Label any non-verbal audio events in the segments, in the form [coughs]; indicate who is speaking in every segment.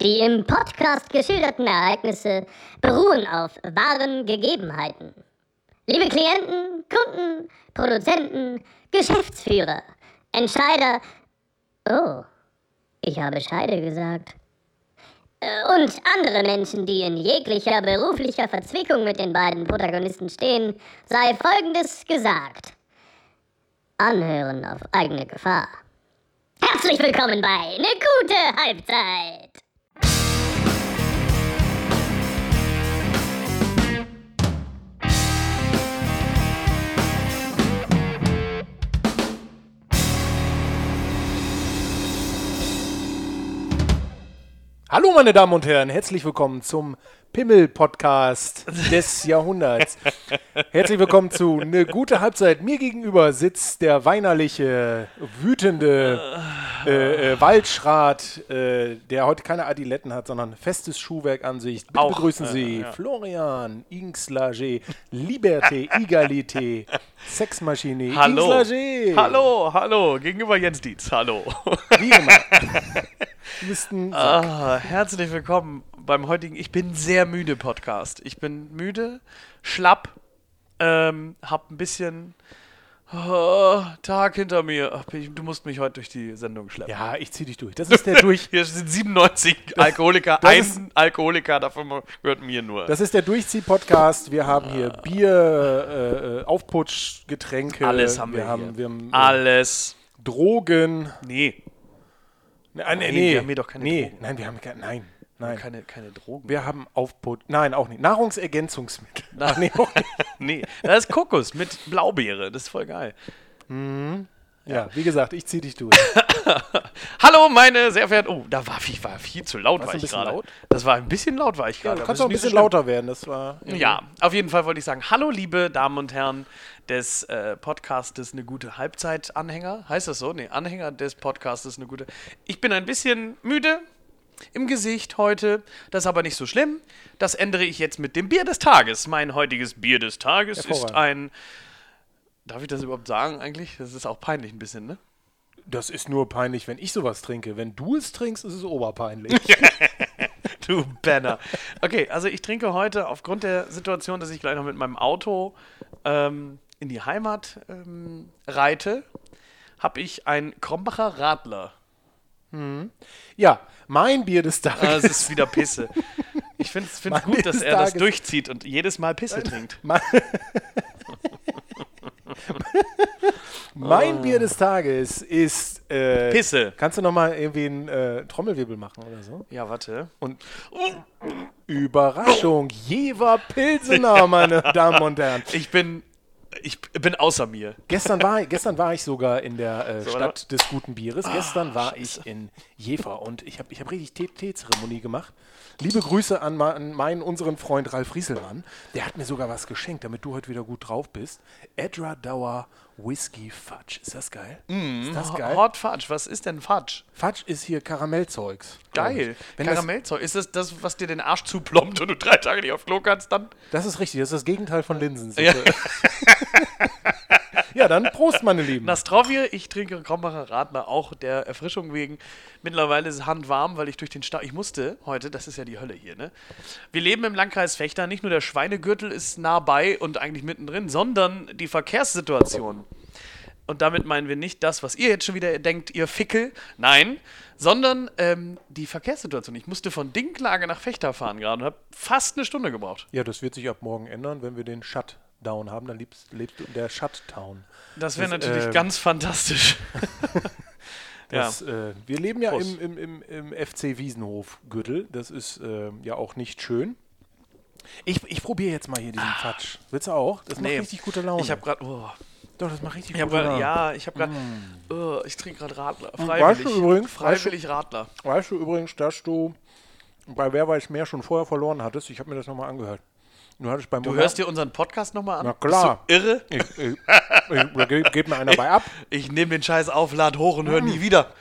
Speaker 1: Die im Podcast geschilderten Ereignisse beruhen auf wahren Gegebenheiten. Liebe Klienten, Kunden, Produzenten, Geschäftsführer, Entscheider. Oh, ich habe Scheide gesagt. Äh, Und andere Menschen, die in jeglicher beruflicher Verzwickung mit den beiden Protagonisten stehen, sei Folgendes gesagt. Anhören auf eigene Gefahr. Herzlich willkommen bei Eine gute Halbzeit.
Speaker 2: Hallo meine Damen und Herren, herzlich willkommen zum Pimmel-Podcast des
Speaker 3: [laughs]
Speaker 2: Jahrhunderts. Herzlich willkommen zu Ne gute Halbzeit. Mir gegenüber sitzt der weinerliche, wütende äh, äh, Waldschrat, äh, der heute keine Adiletten hat, sondern festes Schuhwerk an sich. Bitte
Speaker 3: Auch,
Speaker 2: begrüßen
Speaker 3: äh,
Speaker 2: Sie
Speaker 3: ja.
Speaker 2: Florian, Ingslager,
Speaker 3: [laughs]
Speaker 2: Liberté, Egalité, Sexmaschine,
Speaker 3: Hallo.
Speaker 2: Ingslager.
Speaker 3: Hallo, hallo. Gegenüber Jens Dietz. Hallo.
Speaker 2: Wie
Speaker 3: [laughs]
Speaker 2: immer. Du bist ein Sack.
Speaker 3: Ah, herzlich willkommen beim heutigen Ich bin sehr müde Podcast. Ich bin müde, schlapp, ähm, hab ein bisschen oh, Tag hinter mir. Ach, bin ich, du musst mich heute durch die Sendung schleppen.
Speaker 2: Ja, ich zieh dich durch. Das ist
Speaker 3: [laughs]
Speaker 2: der durch.
Speaker 3: Hier sind 97 Alkoholiker,
Speaker 2: das
Speaker 3: ein
Speaker 2: ist-
Speaker 3: Alkoholiker, davon gehört mir nur.
Speaker 2: Das ist der Durchzieh-Podcast. Wir haben hier
Speaker 3: Ah.
Speaker 2: Bier, äh, äh, Aufputsch, Getränke.
Speaker 3: Alles haben wir,
Speaker 2: äh, wir haben,
Speaker 3: hier.
Speaker 2: Wir haben äh,
Speaker 3: Alles.
Speaker 2: Drogen.
Speaker 3: Nee,
Speaker 2: Nein, äh,
Speaker 3: Nee,
Speaker 2: nee,
Speaker 3: wir haben hier doch keine
Speaker 2: nee.
Speaker 3: Drogen.
Speaker 2: Nein, wir haben keine. Nein, nein.
Speaker 3: keine, keine Drogen. [laughs]
Speaker 2: Wir haben Aufputsch. Nein, auch nicht. Nahrungsergänzungsmittel. Ach, nee, auch nicht.
Speaker 3: Nee, das ist Kokos mit Blaubeere. Das ist voll geil.
Speaker 2: Ja, wie gesagt, ich zieh dich durch.
Speaker 3: Hallo, meine sehr verehrten. Oh, da war viel, war viel zu laut,
Speaker 2: Warst
Speaker 3: war
Speaker 2: du ein
Speaker 3: ich
Speaker 2: bisschen
Speaker 3: gerade.
Speaker 2: laut?
Speaker 3: Das war ein bisschen laut, war ich
Speaker 2: Ja,
Speaker 3: gerade.
Speaker 2: du
Speaker 3: aber
Speaker 2: kannst
Speaker 3: das
Speaker 2: auch ein
Speaker 3: ist nicht so
Speaker 2: bisschen
Speaker 3: schlimm.
Speaker 2: lauter werden. Das war.
Speaker 3: Ja, auf jeden Fall wollte ich sagen: Hallo, liebe Damen und Herren des äh, Podcastes Eine gute Halbzeit-Anhänger. Heißt das so? Nee, Anhänger des Podcastes Eine gute. Ich bin ein bisschen müde im Gesicht heute. Das ist aber nicht so schlimm. Das ändere ich jetzt mit dem Bier des Tages. Mein heutiges Bier des Tages ist
Speaker 2: Hervorragend.
Speaker 3: ein. Darf ich das überhaupt sagen eigentlich? Das ist auch peinlich ein bisschen, ne?
Speaker 2: Das ist nur peinlich, wenn ich sowas trinke. Wenn du es trinkst, ist es
Speaker 3: [laughs]
Speaker 2: oberpeinlich.
Speaker 3: Du Banner. Okay, also ich trinke heute aufgrund der Situation, dass ich gleich noch mit meinem Auto ähm, in die Heimat ähm, reite, habe ich einen Krombacher Radler.
Speaker 2: Ja, mein Bier des
Speaker 3: Ah, es
Speaker 2: Tages.
Speaker 3: ist wieder Pisse. Ich finde es
Speaker 2: Mann
Speaker 3: gut, dass
Speaker 2: des
Speaker 3: er das
Speaker 2: Tages.
Speaker 3: durchzieht und jedes Mal Pisse trinkt.
Speaker 2: Me- mein Bier des Tages ist äh,
Speaker 3: Ah. Pisse.
Speaker 2: Kannst du noch mal irgendwie einen äh, Trommelwirbel machen oder so?
Speaker 3: Ja, warte.
Speaker 2: Und
Speaker 3: Mm.
Speaker 2: Überraschung, Jever Pilsener,
Speaker 3: [laughs]
Speaker 2: meine Damen und Herren.
Speaker 3: Ich bin, ich bin außer mir.
Speaker 2: Gestern war, gestern war ich sogar in der äh,
Speaker 3: warte mal. Ah,
Speaker 2: Stadt des guten Bieres. gestern war ich in Jever und ich habe ich hab richtig Tee- Teezeremonie gemacht. Liebe Grüße an, ma- an meinen, unseren Freund Ralf Rieselmann. Der hat mir sogar was geschenkt, damit du heute wieder gut drauf bist. Edra Dauer Whisky Fudge. Ist das geil?
Speaker 3: Mm.
Speaker 2: ist das geil?
Speaker 3: Hot Fudge, was ist denn Fudge?
Speaker 2: Fudge ist hier Karamellzeugs. glaub ich.
Speaker 3: Geil.
Speaker 2: Wenn das,
Speaker 3: Karamellzeug. Ist das das, was dir den Arsch zuplombt und du drei Tage nicht auf Klo kannst dann?
Speaker 2: das ist richtig, das ist das Gegenteil von Linsensuppe. [laughs] Ja. dann Prost, meine Lieben.
Speaker 3: Nastrovje, ich trinke Krombacher Radler auch der Erfrischung wegen. Mittlerweile ist es handwarm, weil ich durch den Stau. Ich musste heute, das ist ja die Hölle hier, ne? Wir leben im Landkreis Fechter, nicht nur der Schweinegürtel ist nah bei und eigentlich mittendrin, sondern die Verkehrssituation. Und damit meinen wir nicht das, was ihr jetzt schon wieder denkt, ihr Fickel. Nein, sondern ähm, die Verkehrssituation. Ich musste von Dinklage nach Fechter fahren gerade und habe fast eine Stunde gebraucht.
Speaker 2: Ja, das wird sich ab morgen ändern, wenn wir den Shutdown haben. Dann lebst, lebst du in der Shutdown.
Speaker 3: Das wäre
Speaker 2: Das,
Speaker 3: natürlich
Speaker 2: ähm,
Speaker 3: ganz fantastisch.
Speaker 2: Das, äh, wir leben ja
Speaker 3: Prost.
Speaker 2: im, im, im, im FC Wiesenhof-Gürtel. Das ist ähm, ja auch nicht schön. Ich, ich probiere jetzt mal hier diesen Fatsch. Willst du auch? Das macht richtig gute Laune.
Speaker 3: Ah. Ich habe gerade. Oh.
Speaker 2: Doch, das macht richtig
Speaker 3: Ich hab
Speaker 2: gute
Speaker 3: grad,
Speaker 2: Laune. Mm.
Speaker 3: ja, ich habe gerade. ich trinke gerade Radler. Freiwillig.
Speaker 2: weißt du übrigens,
Speaker 3: freiwillig Radler.
Speaker 2: Weißt du übrigens, dass du bei Wer weiß mehr schon vorher verloren hattest? Ich habe mir das nochmal angehört. Du hattest beim
Speaker 3: Du hörst dir unseren Podcast nochmal an?
Speaker 2: Na klar.
Speaker 3: Bist du irre?
Speaker 2: Ich, ich, ich, ge- gebt mir einer bei ab.
Speaker 3: Ich nehme den Scheiß auf, lad hoch und hör nie wieder.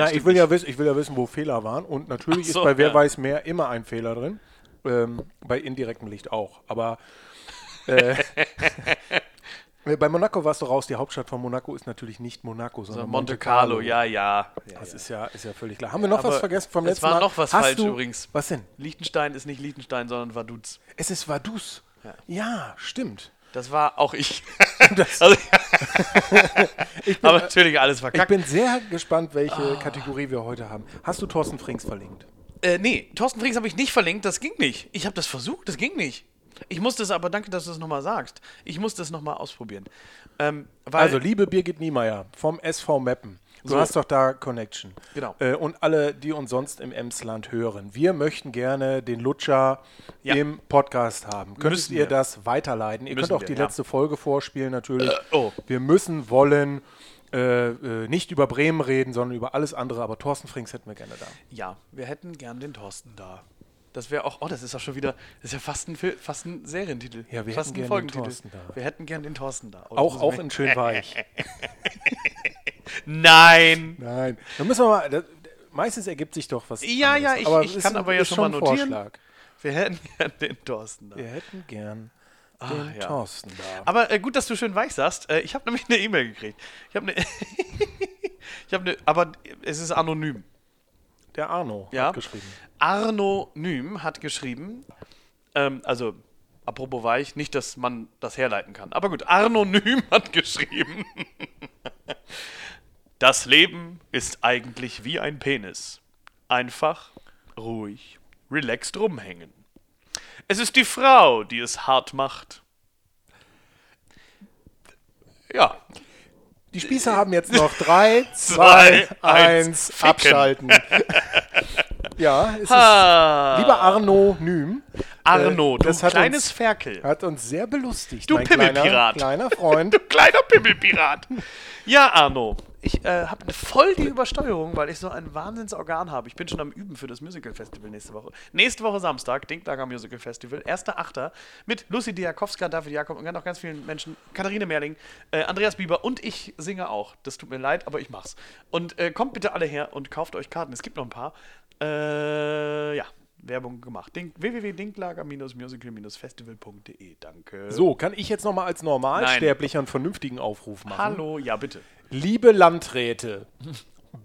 Speaker 2: Nein, Mm. ich
Speaker 3: stimmt
Speaker 2: will,
Speaker 3: nicht.
Speaker 2: ja wissen, ich will ja wissen, wo Fehler waren. Und natürlich
Speaker 3: Ach so,
Speaker 2: ist bei Wer
Speaker 3: ja.
Speaker 2: weiß mehr immer ein Fehler drin. Ähm, bei indirektem Licht auch. Aber Äh, [laughs] Bei Monaco warst du raus. Die Hauptstadt von Monaco ist natürlich nicht Monaco, sondern
Speaker 3: Monte Carlo, ja, ja.
Speaker 2: Das ist ja, ist ja völlig klar. Haben wir noch
Speaker 3: Aber
Speaker 2: was vergessen vom
Speaker 3: es
Speaker 2: letzten
Speaker 3: war
Speaker 2: Mal?
Speaker 3: noch was
Speaker 2: Hast
Speaker 3: falsch
Speaker 2: du,
Speaker 3: übrigens.
Speaker 2: Was denn?
Speaker 3: Liechtenstein ist nicht Liechtenstein, sondern Vaduz.
Speaker 2: Es ist Vaduz. Ja, stimmt.
Speaker 3: Das war
Speaker 2: [laughs]
Speaker 3: auch ich. also, aber Ah. natürlich alles
Speaker 2: Ich
Speaker 3: verkackt.
Speaker 2: bin sehr gespannt, welche Kategorie wir heute haben. Hast du Thorsten Frings verlinkt?
Speaker 3: Äh, nee, Thorsten Frings habe ich nicht verlinkt, das ging nicht. Ich habe das versucht, das ging nicht. Ich musste es aber, danke, dass du es nochmal sagst. Ich musste es nochmal ausprobieren. Ähm, weil,
Speaker 2: Also, liebe Birgit Niemeyer vom SV Meppen, du
Speaker 3: So.
Speaker 2: hast doch da Connection.
Speaker 3: Genau.
Speaker 2: Äh, und alle, die uns sonst im Emsland hören. Wir möchten gerne den Lutscher
Speaker 3: Ja.
Speaker 2: im Podcast haben. Könntest
Speaker 3: Müssen
Speaker 2: ihr
Speaker 3: wir.
Speaker 2: das weiterleiten? Ihr
Speaker 3: Müssen
Speaker 2: könnt auch
Speaker 3: wir,
Speaker 2: die
Speaker 3: ja.
Speaker 2: letzte Folge vorspielen, natürlich.
Speaker 3: oh.
Speaker 2: Wir müssen, wollen. Äh, äh, nicht über Bremen reden, sondern über alles andere, aber Thorsten Frings hätten wir gerne da.
Speaker 3: Ja, wir hätten gern den Thorsten da. Das wäre auch, oh, das ist auch schon wieder, das ist ja fast ein, Fil- fast ein Serientitel.
Speaker 2: Ja, wir
Speaker 3: fast
Speaker 2: hätten
Speaker 3: ein
Speaker 2: gern den
Speaker 3: Folgentitel.
Speaker 2: Thorsten da.
Speaker 3: Wir hätten gern den Thorsten da. Oh,
Speaker 2: Auch,
Speaker 3: das
Speaker 2: auch
Speaker 3: müssen
Speaker 2: in Schönweich.
Speaker 3: [laughs] wir- Nein!
Speaker 2: Nein, da müssen wir mal. Da, meistens ergibt sich doch was.
Speaker 3: Ja, ja, ich- ich
Speaker 2: es
Speaker 3: kann aber ja
Speaker 2: ist
Speaker 3: schon mal
Speaker 2: ein
Speaker 3: notieren.
Speaker 2: Vorschlag.
Speaker 3: Wir hätten gern den Thorsten da. Ah,
Speaker 2: Wir hätten gern den
Speaker 3: ja.
Speaker 2: Thorsten da.
Speaker 3: Aber äh, gut, dass du schön weich sagst. Äh, ich habe nämlich eine E-Mail gekriegt. Ich habe eine. [laughs] ich habe eine. Aber es ist anonym.
Speaker 2: Der Arno
Speaker 3: Ja.
Speaker 2: hat geschrieben.
Speaker 3: Arno Nym hat geschrieben, ähm, also apropos weich, nicht, dass man das herleiten kann. Aber gut, Arno Nym [laughs] hat geschrieben. Das Leben ist eigentlich wie ein Penis. Einfach, ruhig, relaxed rumhängen. Es ist die Frau, die es hart macht. Ja,
Speaker 2: Die Spießer haben jetzt noch
Speaker 3: [laughs]
Speaker 2: drei,
Speaker 3: Zwei,
Speaker 2: zwei,
Speaker 3: eins,
Speaker 2: eins,
Speaker 3: ficken. [laughs]
Speaker 2: abschalten. ja, es ist,
Speaker 3: Ah.
Speaker 2: lieber Arno Nym.
Speaker 3: Arno,
Speaker 2: äh,
Speaker 3: du
Speaker 2: das hat
Speaker 3: kleines
Speaker 2: uns,
Speaker 3: Ferkel.
Speaker 2: Hat uns sehr belustigt.
Speaker 3: Du
Speaker 2: mein kleiner,
Speaker 3: Pimmelpirat.
Speaker 2: kleiner Freund.
Speaker 3: [laughs] Du kleiner Pimmelpirat. Ja, Arno. Ich äh, habe voll die Übersteuerung, weil ich so ein Wahnsinnsorgan habe. Ich bin schon am Üben für das Musical Festival nächste Woche. Nächste Woche Samstag, Dinkdager Musical Festival, 1.8. mit Lucy Diakowska, David Jakob und noch ganz vielen Menschen. Katharine Merling, äh, Andreas Bieber und ich singe auch. Das tut mir leid, aber ich mach's. Und äh, kommt bitte alle her und kauft euch Karten. Es gibt noch ein paar. Äh, ja, Werbung gemacht. Dink- www.dinklager-musical-festival.de. Danke.
Speaker 2: So, kann ich jetzt nochmal als Normalsterblicher einen vernünftigen Aufruf machen?
Speaker 3: Hallo, ja bitte.
Speaker 2: Liebe Landräte,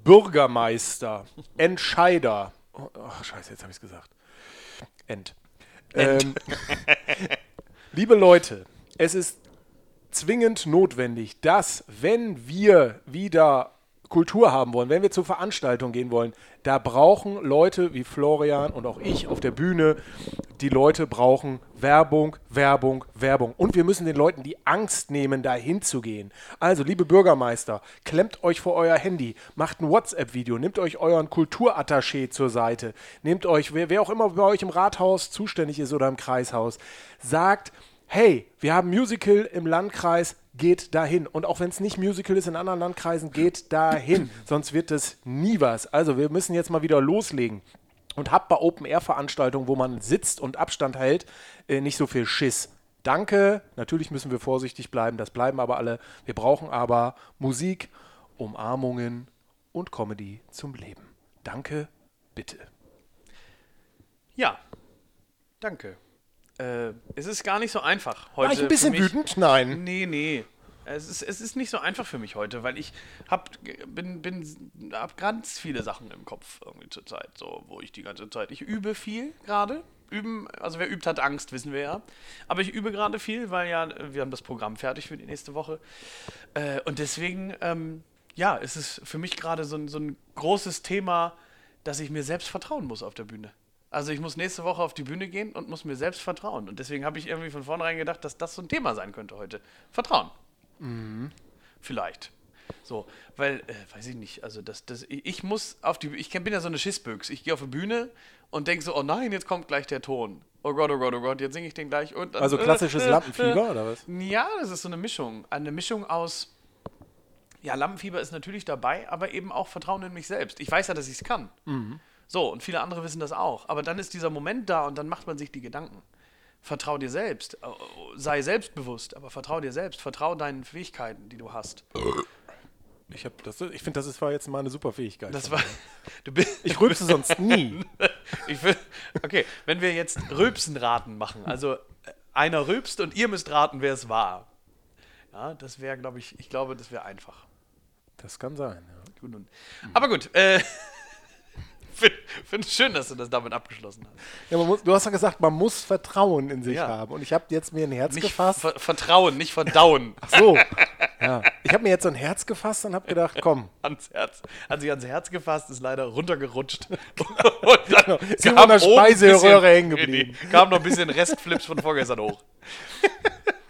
Speaker 2: Bürgermeister, Entscheider. Oh, ach, scheiße, jetzt habe ich es gesagt. End. Ähm, [laughs] liebe Leute, es ist zwingend notwendig, dass, wenn wir wieder Kultur haben wollen, wenn wir zur Veranstaltung gehen wollen, da brauchen Leute wie Florian und auch ich auf der Bühne, die Leute brauchen Werbung, Werbung, Werbung. Und wir müssen den Leuten die Angst nehmen, da hinzugehen. Also, liebe Bürgermeister, klemmt euch vor euer Handy, macht ein WhatsApp-Video, nehmt euch euren Kulturattaché zur Seite, nehmt euch, wer, wer auch immer bei euch im Rathaus zuständig ist oder im Kreishaus, sagt, hey, wir haben Musical im Landkreis, geht dahin. Und auch wenn es nicht Musical ist in anderen Landkreisen, geht
Speaker 3: [laughs]
Speaker 2: dahin. Sonst wird es nie was. Also wir müssen jetzt mal wieder loslegen. Und habt bei Open-Air-Veranstaltungen, wo man sitzt und Abstand hält, äh, nicht so viel Schiss. Danke. Natürlich müssen wir vorsichtig bleiben, das bleiben aber alle. Wir brauchen aber Musik, Umarmungen und Comedy zum Leben. Danke, bitte.
Speaker 3: Ja, danke. Äh, es ist gar nicht so einfach heute.
Speaker 2: War ich
Speaker 3: für
Speaker 2: ein bisschen
Speaker 3: mich.
Speaker 2: wütend? Nein.
Speaker 3: Nee, nee. Es ist, es ist nicht so einfach für mich heute, weil ich hab, bin, bin, hab ganz viele Sachen im Kopf irgendwie zur Zeit, so, wo ich die ganze Zeit. Ich übe viel gerade. Üben, also wer übt, hat Angst, wissen wir ja. Aber ich übe gerade viel, weil ja, äh, wir haben das Programm fertig für die nächste Woche. Äh, und deswegen, ähm, ja, es ist für mich gerade so, ein- so ein großes Thema, dass ich mir selbst vertrauen muss auf der Bühne. Also ich muss nächste Woche auf die Bühne gehen und muss mir selbst vertrauen. Und deswegen habe ich irgendwie von vornherein gedacht, dass das so ein Thema sein könnte heute. Vertrauen.
Speaker 2: Mhm.
Speaker 3: Vielleicht. So, weil, äh, weiß ich nicht, also das, das, ich ich muss auf die, ich bin ja so eine Schissbüchs. Ich gehe auf die Bühne und denke so, oh nein, jetzt kommt gleich der Ton. Oh Gott, oh Gott, oh Gott, jetzt singe ich den gleich. Und dann, äh,
Speaker 2: Also
Speaker 3: [laughs]
Speaker 2: klassisches Lampenfieber oder was?
Speaker 3: ja, das ist so eine Mischung. Eine Mischung aus, ja, Lampenfieber ist natürlich dabei, aber eben auch Vertrauen in mich selbst. Ich weiß ja, dass ich es kann. So, und viele andere wissen das auch. Aber dann ist dieser Moment da und dann macht man sich die Gedanken. Vertrau dir selbst. Äh, Sei selbstbewusst, aber vertrau dir selbst. Vertrau deinen Fähigkeiten, die du hast.
Speaker 2: Ich, hab das- ich finde, das ist- war jetzt mal eine super Fähigkeit.
Speaker 3: Das war. [laughs] Du bist.
Speaker 2: Ich rülpse sonst nie.
Speaker 3: [laughs] Ich will, okay, wenn wir jetzt Rülpsenraten machen, also äh, einer rülpst und ihr müsst raten, wer es war. Ja, das wäre, glaube ich, ich glaube, das wäre einfach.
Speaker 2: Das kann sein. Ja.
Speaker 3: Gut und. Aber gut, äh, [laughs] finde find schön, dass du das damit abgeschlossen hast.
Speaker 2: Ja, man muss, du hast ja gesagt, man muss Vertrauen in sich
Speaker 3: Ja.
Speaker 2: haben. Und ich habe jetzt mir ein Herz
Speaker 3: Nicht
Speaker 2: gefasst.
Speaker 3: ver vertrauen, nicht verdauen. [laughs]
Speaker 2: Ach so. ja. Ich habe mir jetzt so ein Herz gefasst und habe gedacht, komm,
Speaker 3: ans Herz, hat sich ans Herz gefasst, ist leider runtergerutscht.
Speaker 2: [laughs]
Speaker 3: [laughs] und dann
Speaker 2: Ist irgendwo in der
Speaker 3: oben ein bisschen-
Speaker 2: Speiseröhre hängen geblieben.
Speaker 3: Nee, Kam noch ein bisschen Restflips von vorgestern hoch.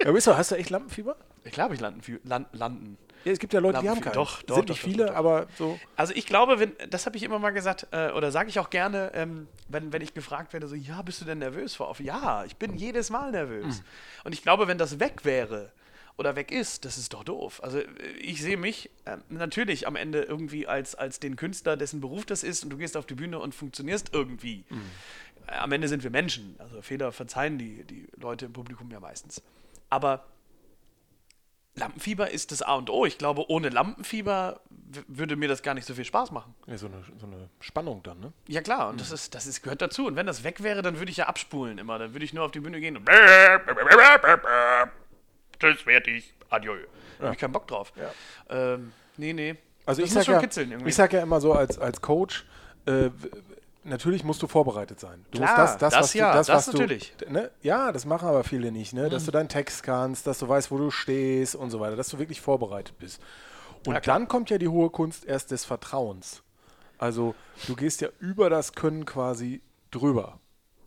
Speaker 2: ja, bist du, hast du echt Lampenfieber?
Speaker 3: Ich glaube, ich landen, viel- lan- landen.
Speaker 2: Ja, es gibt ja Leute, die haben
Speaker 3: Lampenfieber.
Speaker 2: keinen.
Speaker 3: Doch, doch,
Speaker 2: Sind
Speaker 3: doch,
Speaker 2: nicht
Speaker 3: doch,
Speaker 2: viele,
Speaker 3: doch, doch.
Speaker 2: aber so.
Speaker 3: Also ich glaube, wenn, das habe ich immer mal gesagt, äh, oder sage ich auch gerne, ähm, wenn, wenn ich gefragt werde, so, ja, bist du denn nervös vor auf? Ja, ich bin jedes Mal nervös. Und ich glaube, wenn das weg wäre oder weg ist, das ist doch doof. Also äh, ich sehe mich äh, natürlich am Ende irgendwie als, als den Künstler, dessen Beruf das ist, und du gehst auf die Bühne und funktionierst irgendwie. Äh, am Ende sind wir Menschen. Also Fehler verzeihen die, die Leute im Publikum ja meistens. Aber Lampenfieber ist das A und O. Ich glaube, ohne Lampenfieber w- würde mir das gar nicht so viel Spaß machen.
Speaker 2: Ja, so, eine, so eine Spannung dann, ne?
Speaker 3: Ja klar, und das ist, das ist, gehört dazu. Und wenn das weg wäre, dann würde ich ja abspulen immer. Dann würde ich nur auf die Bühne gehen [laughs] und Tschüss, fertig, adieu. Da habe ich keinen Bock drauf. Ähm, nee, nee.
Speaker 2: Also
Speaker 3: das
Speaker 2: ich
Speaker 3: muss
Speaker 2: sag, ja,
Speaker 3: kitzeln irgendwie.
Speaker 2: ich sag ja immer so als, als Coach, äh, w- natürlich musst du vorbereitet sein. Du
Speaker 3: Klar,
Speaker 2: musst
Speaker 3: das
Speaker 2: was
Speaker 3: ja,
Speaker 2: du, das,
Speaker 3: das
Speaker 2: was
Speaker 3: natürlich. Mhm.
Speaker 2: Du, ne? Ja, das machen aber viele nicht, ne? Dass du deinen Text kannst, dass du weißt, wo du stehst und so weiter, dass du wirklich vorbereitet bist. Und dann kommt ja die hohe Kunst erst des Vertrauens. Also du gehst ja über das Können quasi drüber.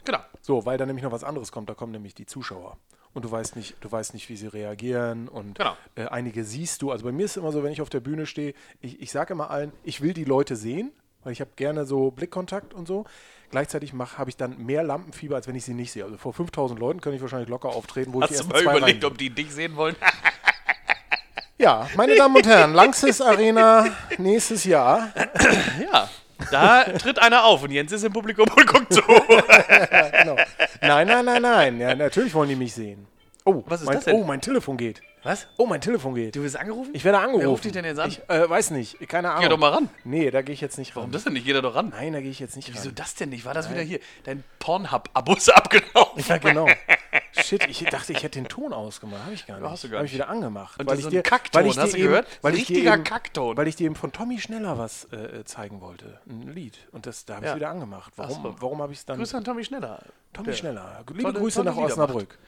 Speaker 3: genau.
Speaker 2: So, weil da nämlich noch was anderes kommt, da kommen nämlich die Zuschauer. Und du weißt nicht, du weißt nicht, wie sie reagieren und
Speaker 3: Genau.
Speaker 2: äh, einige siehst du. Also bei mir ist es immer so, wenn ich auf der Bühne stehe, ich, ich sage immer allen, ich will die Leute sehen, weil ich habe gerne so Blickkontakt und so. Gleichzeitig mach- habe ich dann mehr Lampenfieber, als wenn ich sie nicht sehe. Also vor 5000 Leuten könnte ich wahrscheinlich locker auftreten, wo ich
Speaker 3: Hast
Speaker 2: die
Speaker 3: du
Speaker 2: ersten
Speaker 3: mal
Speaker 2: also zwei
Speaker 3: überlegt,
Speaker 2: reingehe.
Speaker 3: ob die dich sehen wollen?
Speaker 2: Ja, meine Damen und Herren, Lanxess
Speaker 3: [laughs]
Speaker 2: Arena nächstes Jahr.
Speaker 3: [laughs] ja. Da tritt einer auf und Jens ist im Publikum und guckt so.
Speaker 2: [laughs] Genau. Nein, nein, nein, nein. Ja, natürlich wollen die mich sehen. Oh,
Speaker 3: Was ist
Speaker 2: mein,
Speaker 3: das denn?
Speaker 2: oh, mein Telefon geht.
Speaker 3: Was?
Speaker 2: Oh, mein Telefon geht.
Speaker 3: Du wirst angerufen?
Speaker 2: Ich werde angerufen.
Speaker 3: Wer ruft dich denn jetzt an?
Speaker 2: Ich äh, weiß nicht, keine Ahnung.
Speaker 3: doch mal ran.
Speaker 2: Nee, da gehe ich jetzt nicht ran.
Speaker 3: Warum das denn nicht? Geht er doch ran.
Speaker 2: Nein, da gehe ich jetzt nicht
Speaker 3: Wieso
Speaker 2: ran.
Speaker 3: das denn nicht? War das wieder hier? Dein Pornhub-Abo ist [laughs] abgelaufen.
Speaker 2: Ja, genau. Shit, ich dachte, ich hätte den Ton ausgemacht. Habe ich gar nicht.
Speaker 3: Hast du gar
Speaker 2: Habe ich
Speaker 3: nicht.
Speaker 2: wieder angemacht.
Speaker 3: Und
Speaker 2: weil
Speaker 3: das
Speaker 2: ich
Speaker 3: ist
Speaker 2: dir,
Speaker 3: ein Kackton,
Speaker 2: weil ich dir
Speaker 3: hast du
Speaker 2: eben,
Speaker 3: gehört?
Speaker 2: Weil
Speaker 3: Ein
Speaker 2: ich dir
Speaker 3: richtiger
Speaker 2: eben,
Speaker 3: Kackton.
Speaker 2: Weil ich dir eben von Tommy Schneller was äh, äh, zeigen wollte. Ein Lied. Und das, da habe ich
Speaker 3: Ja.
Speaker 2: wieder angemacht. Warum,
Speaker 3: so.
Speaker 2: warum habe ich es dann...
Speaker 3: Grüße an Tommy Schneller.
Speaker 2: Tommy
Speaker 3: Der-
Speaker 2: Schneller. Liebe
Speaker 3: tolle-
Speaker 2: Grüße
Speaker 3: tolle
Speaker 2: nach
Speaker 3: Lieder
Speaker 2: Osnabrück.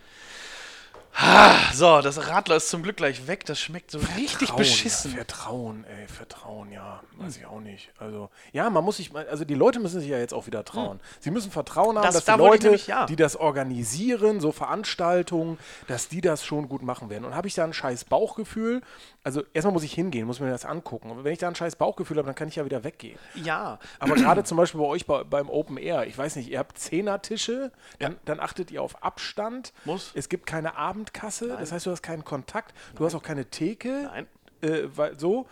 Speaker 3: So, das Radler ist zum Glück gleich weg. Das schmeckt so richtig
Speaker 2: Vertrauen, Ja,
Speaker 3: beschissen.
Speaker 2: Vertrauen, ey, Vertrauen, ja. Weiß ich auch nicht. Also, ja, man muss sich, mal- also die Leute müssen sich ja jetzt auch wieder trauen. Sie müssen Vertrauen haben,
Speaker 3: Hm. Das-
Speaker 2: dass
Speaker 3: da
Speaker 2: die
Speaker 3: wollte ich
Speaker 2: Leute,
Speaker 3: nämlich, ja.
Speaker 2: die das organisieren, so Veranstaltungen, dass die das schon gut machen werden. Und habe ich da ein scheiß Bauchgefühl? Also, erstmal muss ich hingehen, muss mir das angucken. Und wenn ich da ein scheiß Bauchgefühl habe, dann kann ich ja wieder weggehen.
Speaker 3: Ja.
Speaker 2: Aber gerade zum Beispiel bei euch bei, beim Open Air, ich weiß nicht, ihr habt Zehnertische, dann, dann achtet ihr auf Abstand.
Speaker 3: Muss.
Speaker 2: Es gibt keine Abendkasse, das heißt, du hast keinen Kontakt, du hast auch keine Theke.
Speaker 3: Nein.
Speaker 2: Äh, weil, so.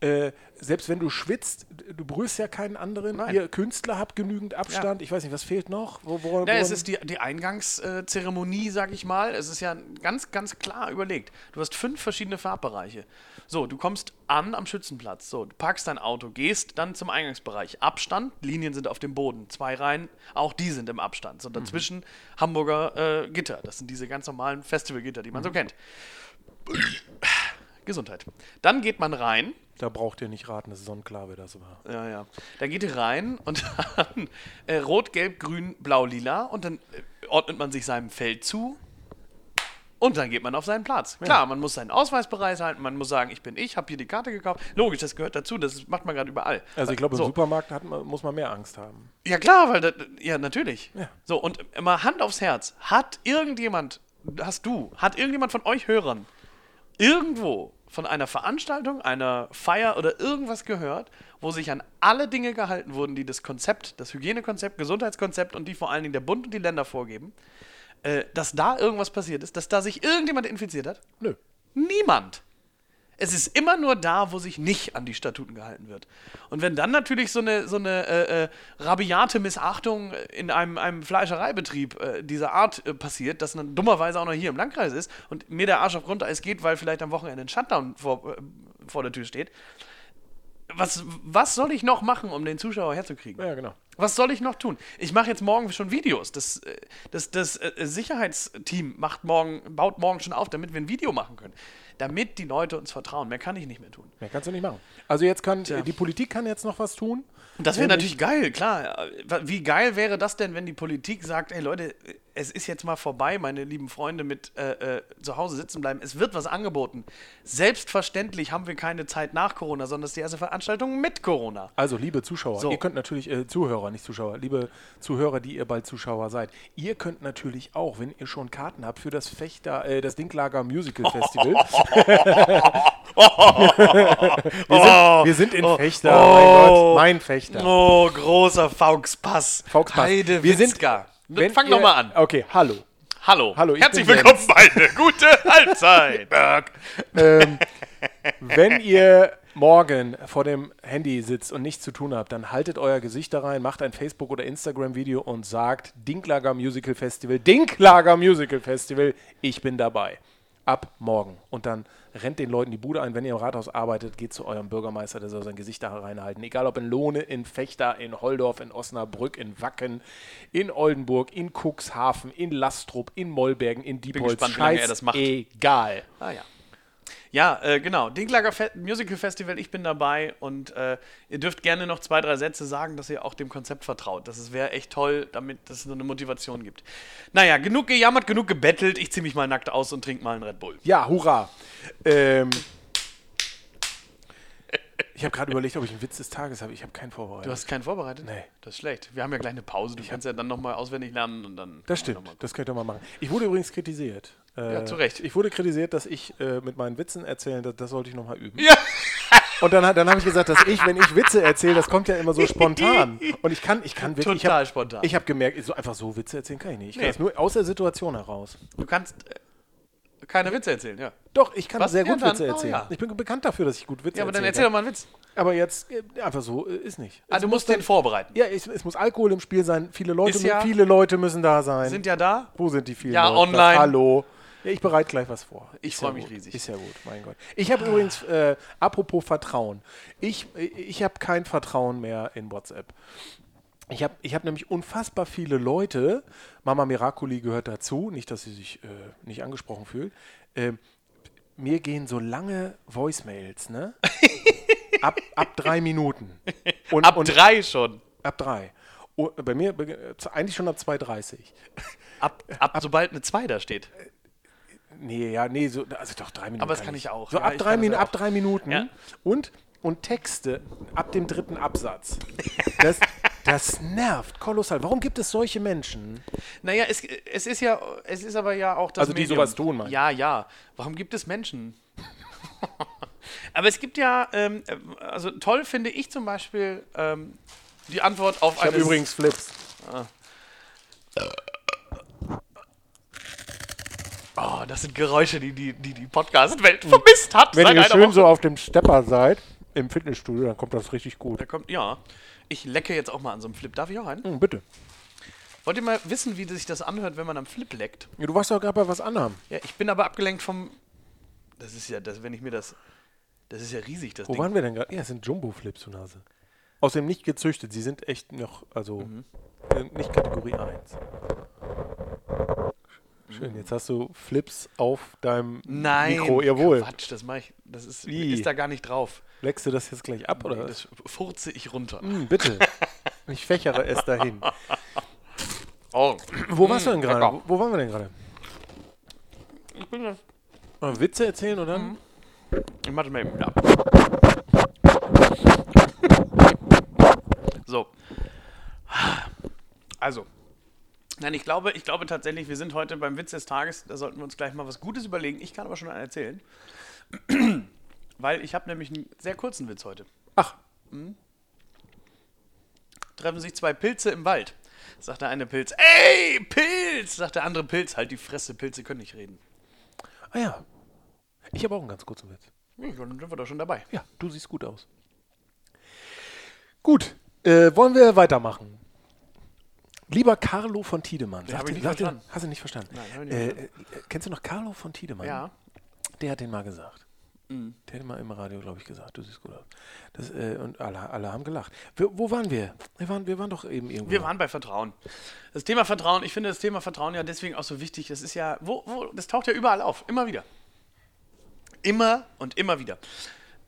Speaker 2: Äh, selbst wenn du schwitzt, du berührst ja keinen anderen.
Speaker 3: Nein.
Speaker 2: Ihr Künstler habt genügend Abstand. Ich weiß nicht, was fehlt noch? Wo, wo,
Speaker 3: Ja, es
Speaker 2: woran-
Speaker 3: ist die, die Eingangszeremonie, sag ich mal. Es ist ja ganz, ganz klar überlegt. Du hast fünf verschiedene Farbbereiche. So, du kommst an am Schützenplatz. So, du parkst dein Auto, gehst dann zum Eingangsbereich. Abstand, Linien sind auf dem Boden. Zwei Reihen, auch die sind im Abstand. So, dazwischen Hamburger äh, Gitter. Das sind diese ganz normalen Festivalgitter, die man so kennt. Gesundheit. Dann geht man rein.
Speaker 2: da braucht ihr nicht raten, das ist sonnenklar, wer das war.
Speaker 3: Ja, ja. Da geht ihr rein und [laughs] dann äh, rot, gelb, grün, blau, lila und dann äh, ordnet man sich seinem Feld zu und dann geht man auf seinen Platz. Klar, man muss seinen Ausweis bereithalten, man muss sagen, ich bin ich, habe hier die Karte gekauft. Logisch, das gehört dazu, das macht man gerade überall.
Speaker 2: Also, ich glaube, im
Speaker 3: so.
Speaker 2: Supermarkt hat man, muss man mehr Angst haben.
Speaker 3: Ja, klar, weil, da, ja, natürlich.
Speaker 2: Ja.
Speaker 3: So, und immer Hand aufs Herz. Hat irgendjemand, hast du, hat irgendjemand von euch Hörern irgendwo von einer Veranstaltung, einer Feier oder irgendwas gehört, wo sich an alle Dinge gehalten wurden, die das Konzept, das Hygienekonzept, Gesundheitskonzept und die vor allen Dingen der Bund und die Länder vorgeben, äh, dass da irgendwas passiert ist, dass da sich irgendjemand infiziert hat?
Speaker 2: Nö.
Speaker 3: Niemand. Es ist immer nur da, wo sich nicht an die Statuten gehalten wird. Und wenn dann natürlich so eine, so eine äh, äh, rabiate Missachtung in einem, einem Fleischereibetrieb äh, dieser Art äh, passiert, dass dann dummerweise auch noch hier im Landkreis ist und mir der Arsch auf Grundeis geht, weil vielleicht am Wochenende ein Shutdown vor, äh, vor der Tür steht, was, was soll ich noch machen, um den Zuschauer herzukriegen?
Speaker 2: Ja, genau.
Speaker 3: Was soll ich noch tun? Ich mache jetzt morgen schon Videos. Das, äh, das, das äh, Sicherheitsteam macht morgen, baut morgen schon auf, damit wir ein Video machen können. damit die Leute uns vertrauen. Mehr kann ich nicht mehr tun.
Speaker 2: Mehr kannst du nicht machen. Also jetzt kann, die Politik kann jetzt noch was tun.
Speaker 3: Und das wäre natürlich geil, klar. Äh, Wie geil wäre das denn, wenn die Politik sagt, ey Leute, es ist jetzt mal vorbei, meine lieben Freunde, mit äh, äh, zu Hause sitzen bleiben. Es wird was angeboten. Selbstverständlich haben wir keine Zeit nach Corona, sondern es ist die erste Veranstaltung mit Corona.
Speaker 2: Also, liebe Zuschauer,
Speaker 3: So.
Speaker 2: ihr könnt natürlich, äh, Zuhörer, nicht Zuschauer, liebe Zuhörer, die ihr bald Zuschauer seid, ihr könnt natürlich auch, wenn ihr schon Karten habt für das Fechter, äh, das Dinklager Musical Festival.
Speaker 3: [laughs]
Speaker 2: wir, sind, wir sind in Fechter, mein Gott, mein Fechter.
Speaker 3: Oh, großer Fauxpass.
Speaker 2: Fauxpass.
Speaker 3: Heide
Speaker 2: Wir sind-
Speaker 3: Witzka.
Speaker 2: Wenn
Speaker 3: Fang
Speaker 2: ihr-
Speaker 3: doch mal an.
Speaker 2: Okay, hallo.
Speaker 3: Hallo.
Speaker 2: Hallo, ich
Speaker 3: Herzlich
Speaker 2: bin Jens.
Speaker 3: willkommen bei eine gute
Speaker 2: [laughs]
Speaker 3: Halbzeit. [laughs]
Speaker 2: Wenn ihr morgen vor dem Handy sitzt und nichts zu tun habt, dann haltet euer Gesicht da rein, macht ein Facebook- oder Instagram-Video und sagt Dinklager Musical Festival, Dinklager Musical Festival, ich bin dabei. Ab morgen. Und dann rennt den Leuten die Bude ein. Wenn ihr im Rathaus arbeitet, geht zu eurem Bürgermeister, der soll sein Gesicht da reinhalten. Egal ob in Lohne, in Fechter, in Holdorf, in Osnabrück, in Wacken, in Oldenburg, in Cuxhaven, in Lastrup, in Mollbergen, in Diepholz.
Speaker 3: gespannt, wie lange er das macht.
Speaker 2: Egal.
Speaker 3: Ah ja. Ja, äh, genau. Dinklager Fe Musical Festival, ich bin dabei und äh, ihr dürft gerne noch zwei, drei Sätze sagen, dass ihr auch dem Konzept vertraut. Das wäre echt toll, damit es so eine Motivation gibt. Naja, genug gejammert, genug gebettelt. Ich zieh mich mal nackt aus und trinke mal einen Red Bull.
Speaker 2: Ja, hurra. Ähm, ich habe gerade überlegt, ob ich einen Witz des Tages habe. Ich habe keinen
Speaker 3: Du
Speaker 2: vorbereitet.
Speaker 3: hast keinen vorbereitet?
Speaker 2: Nee.
Speaker 3: Das ist schlecht. Wir haben ja gleich eine Pause. Du kannst ja dann nochmal auswendig lernen und dann.
Speaker 2: Das stimmt, das könnt ihr mal machen. Ich wurde übrigens kritisiert. Äh,
Speaker 3: Ja, zu Recht.
Speaker 2: Ich wurde kritisiert, dass ich äh, mit meinen Witzen erzählen, das, das sollte ich nochmal üben.
Speaker 3: Ja!
Speaker 2: Und dann, hat- dann habe ich gesagt, dass ich, wenn ich Witze erzähle, das kommt ja immer so
Speaker 3: [laughs]
Speaker 2: spontan. Und ich kann, ich kann wirklich.
Speaker 3: Total
Speaker 2: ich hab,
Speaker 3: spontan.
Speaker 2: Ich habe gemerkt, so einfach so Witze erzählen kann ich nicht. Ich
Speaker 3: Nee.
Speaker 2: kann es nur aus der Situation heraus.
Speaker 3: Du kannst äh, keine Witze erzählen, ja.
Speaker 2: Doch, ich kann
Speaker 3: Was?
Speaker 2: sehr
Speaker 3: Ja,
Speaker 2: gut
Speaker 3: dann-
Speaker 2: Witze
Speaker 3: oh,
Speaker 2: erzählen.
Speaker 3: ja.
Speaker 2: Ich bin bekannt dafür, dass ich gut Witze
Speaker 3: Ja, aber dann erzähl
Speaker 2: erzählen
Speaker 3: doch mal einen Witz.
Speaker 2: kann. Aber jetzt äh, einfach so äh, ist nicht.
Speaker 3: Ah,
Speaker 2: Es
Speaker 3: du
Speaker 2: muss
Speaker 3: musst den
Speaker 2: dann-
Speaker 3: vorbereiten.
Speaker 2: Ja, es, es muss Alkohol im Spiel sein. Viele Leute,
Speaker 3: Ist ja-
Speaker 2: viele Leute müssen da sein.
Speaker 3: Sind ja da.
Speaker 2: Wo sind die vielen
Speaker 3: Ja,
Speaker 2: Leute?
Speaker 3: online.
Speaker 2: Hallo. Ja, ich bereite gleich was vor.
Speaker 3: Ich
Speaker 2: Ist
Speaker 3: freu
Speaker 2: ja
Speaker 3: mich
Speaker 2: gut.
Speaker 3: riesig.
Speaker 2: Ist ja gut, mein Gott. Ich habe übrigens, äh, apropos Vertrauen, ich, ich habe kein Vertrauen mehr in WhatsApp. Ich habe ich hab nämlich unfassbar viele Leute, Mama Miracoli gehört dazu, nicht, dass sie sich äh, nicht angesprochen fühlt. ähm, mir gehen so lange Voicemails,
Speaker 3: [laughs]
Speaker 2: ne? ab, ab drei Minuten. Und,
Speaker 3: Ab
Speaker 2: und-
Speaker 3: drei schon.
Speaker 2: Ab drei. Oh, bei mir beg- äh, zu- eigentlich schon ab 2,30.
Speaker 3: Ab, ab sobald eine 2 da steht.
Speaker 2: Nee, ja, nee, so, also doch drei Minuten.
Speaker 3: Aber das kann ich auch.
Speaker 2: So
Speaker 3: Ja,
Speaker 2: ab,
Speaker 3: ich
Speaker 2: drei
Speaker 3: kann das
Speaker 2: Minuten,
Speaker 3: auch.
Speaker 2: ab drei Minuten.
Speaker 3: Ja.
Speaker 2: Und, und Texte ab dem dritten Absatz. Das, das nervt kolossal. Warum gibt es solche Menschen?
Speaker 3: Naja, es, es ist ja, es ist aber ja auch das.
Speaker 2: Also die
Speaker 3: Medium.
Speaker 2: sowas tun, meinst du?
Speaker 3: Ja, ja. Warum gibt es Menschen? [laughs] aber es gibt ja, ähm, ähm, also toll finde ich zum Beispiel ähm, die Antwort auf
Speaker 2: Ich habe
Speaker 3: eine.
Speaker 2: übrigens Flips.
Speaker 3: Oh, das sind Geräusche, die die, die, die Podcast-Welt vermisst hat.
Speaker 2: Hm. Wenn
Speaker 3: seit
Speaker 2: ihr
Speaker 3: einer
Speaker 2: schön
Speaker 3: Woche.
Speaker 2: so auf dem Stepper seid, im Fitnessstudio, dann kommt das richtig gut.
Speaker 3: Da kommt, ja. Ich lecke jetzt auch mal an so einem Flip. Darf ich auch einen?
Speaker 2: Hm, bitte.
Speaker 3: Wollt ihr mal wissen, wie sich das anhört, wenn man am Flip leckt?
Speaker 2: Ja, du warst doch gerade bei was anderem.
Speaker 3: Ja, ich bin aber abgelenkt vom. Das ist ja, das, wenn ich mir das. Das ist ja riesig, das
Speaker 2: Wo
Speaker 3: Ding.
Speaker 2: waren wir denn gerade? Ja, es sind Jumbo-Flips, zu Nase. Außerdem nicht gezüchtet. Sie sind echt noch, also
Speaker 3: Mhm.
Speaker 2: äh, nicht Kategorie 1. Schön, jetzt hast du Flips auf deinem
Speaker 3: Nein.
Speaker 2: Mikro. Ihr wohl.
Speaker 3: Quatsch, das mache ich. Das ist,
Speaker 2: Wie?
Speaker 3: ist da gar nicht drauf.
Speaker 2: Leckst du das jetzt gleich ab, oder?
Speaker 3: Das furze ich runter.
Speaker 2: Hm, bitte. ich fächere es dahin.
Speaker 3: [laughs] Oh.
Speaker 2: Wo warst du denn gerade?
Speaker 3: lecker.
Speaker 2: Wo, wo waren wir denn gerade?
Speaker 3: Ich bin Mhm. das.
Speaker 2: Äh, Witze erzählen oder? dann?
Speaker 3: Ich mach das mal eben. Ja. So. Also. Nein, ich glaube, ich glaube tatsächlich, wir sind heute beim Witz des Tages. Da sollten wir uns gleich mal was Gutes überlegen. Ich kann aber schon einen erzählen. [clears throat] Weil ich habe nämlich einen sehr kurzen Witz heute.
Speaker 2: Ach,
Speaker 3: treffen sich zwei Pilze im Wald. Sagt der eine Pilz, ey, Pilz! Sagt der andere Pilz, halt die Fresse, Pilze können nicht reden.
Speaker 2: ah ja. Ich habe auch einen ganz kurzen Witz.
Speaker 3: Ja, Dann sind wir doch schon dabei.
Speaker 2: Ja, du siehst gut aus. Gut, äh, wollen wir weitermachen? Lieber Carlo von Tiedemann.
Speaker 3: hab
Speaker 2: Sagt
Speaker 3: ich
Speaker 2: dir-
Speaker 3: nicht
Speaker 2: sagt dir-
Speaker 3: verstanden.
Speaker 2: Hast du nicht verstanden?
Speaker 3: hab ich nicht
Speaker 2: äh, äh, kennst du noch Carlo von Tiedemann?
Speaker 3: Ja. Mhm.
Speaker 2: Der hat den mal gesagt. Der hat mal im Radio, glaube ich, gesagt, du siehst gut aus. Das, äh, und alle, alle haben gelacht. Wir, wo waren wir? Wir waren, wir waren doch eben irgendwo.
Speaker 3: Wir waren bei Vertrauen. Das Thema Vertrauen, ich finde das Thema Vertrauen ja deswegen auch so wichtig. Das ist ja, wo, wo, das taucht ja überall auf, immer wieder. Immer und immer wieder.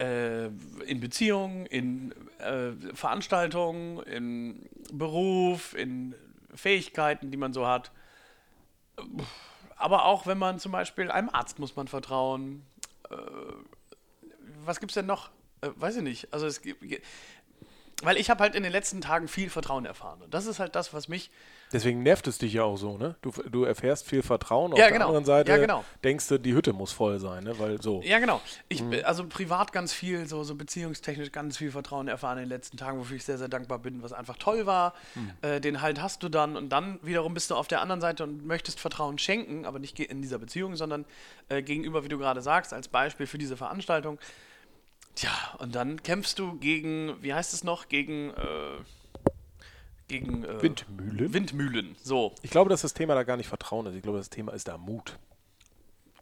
Speaker 3: Äh, in Beziehungen, in äh, Veranstaltungen, in Beruf, in Fähigkeiten, die man so hat. Aber auch wenn man zum Beispiel einem Arzt muss man vertrauen. Äh, was gibt's denn noch? Äh, weiß ich nicht. Also es gibt. Weil ich habe halt in den letzten Tagen viel Vertrauen erfahren. Und das ist halt das, was mich
Speaker 2: Deswegen nervt es dich ja auch so, ne? Du, du erfährst viel Vertrauen. Auf
Speaker 3: Ja,
Speaker 2: der
Speaker 3: genau.
Speaker 2: anderen Seite
Speaker 3: Ja, genau.
Speaker 2: denkst du, die Hütte muss voll sein, ne? Weil so.
Speaker 3: Ja, genau. Ich,
Speaker 2: Mhm.
Speaker 3: äh, Also privat ganz viel, so, so beziehungstechnisch ganz viel Vertrauen erfahren in den letzten Tagen, wofür ich sehr, sehr dankbar bin, was einfach toll war.
Speaker 2: Mhm.
Speaker 3: Äh, den Halt hast du dann und dann wiederum bist du auf der anderen Seite und möchtest Vertrauen schenken, aber nicht ge- in dieser Beziehung, sondern äh, gegenüber, wie du gerade sagst, als Beispiel für diese Veranstaltung. Tja, und dann kämpfst du gegen, wie heißt es noch, gegen... Äh, gegen äh,
Speaker 2: Windmühlen?
Speaker 3: Windmühlen, so.
Speaker 2: Ich glaube, dass das Thema da gar nicht Vertrauen ist. Ich glaube, das Thema ist da Mut.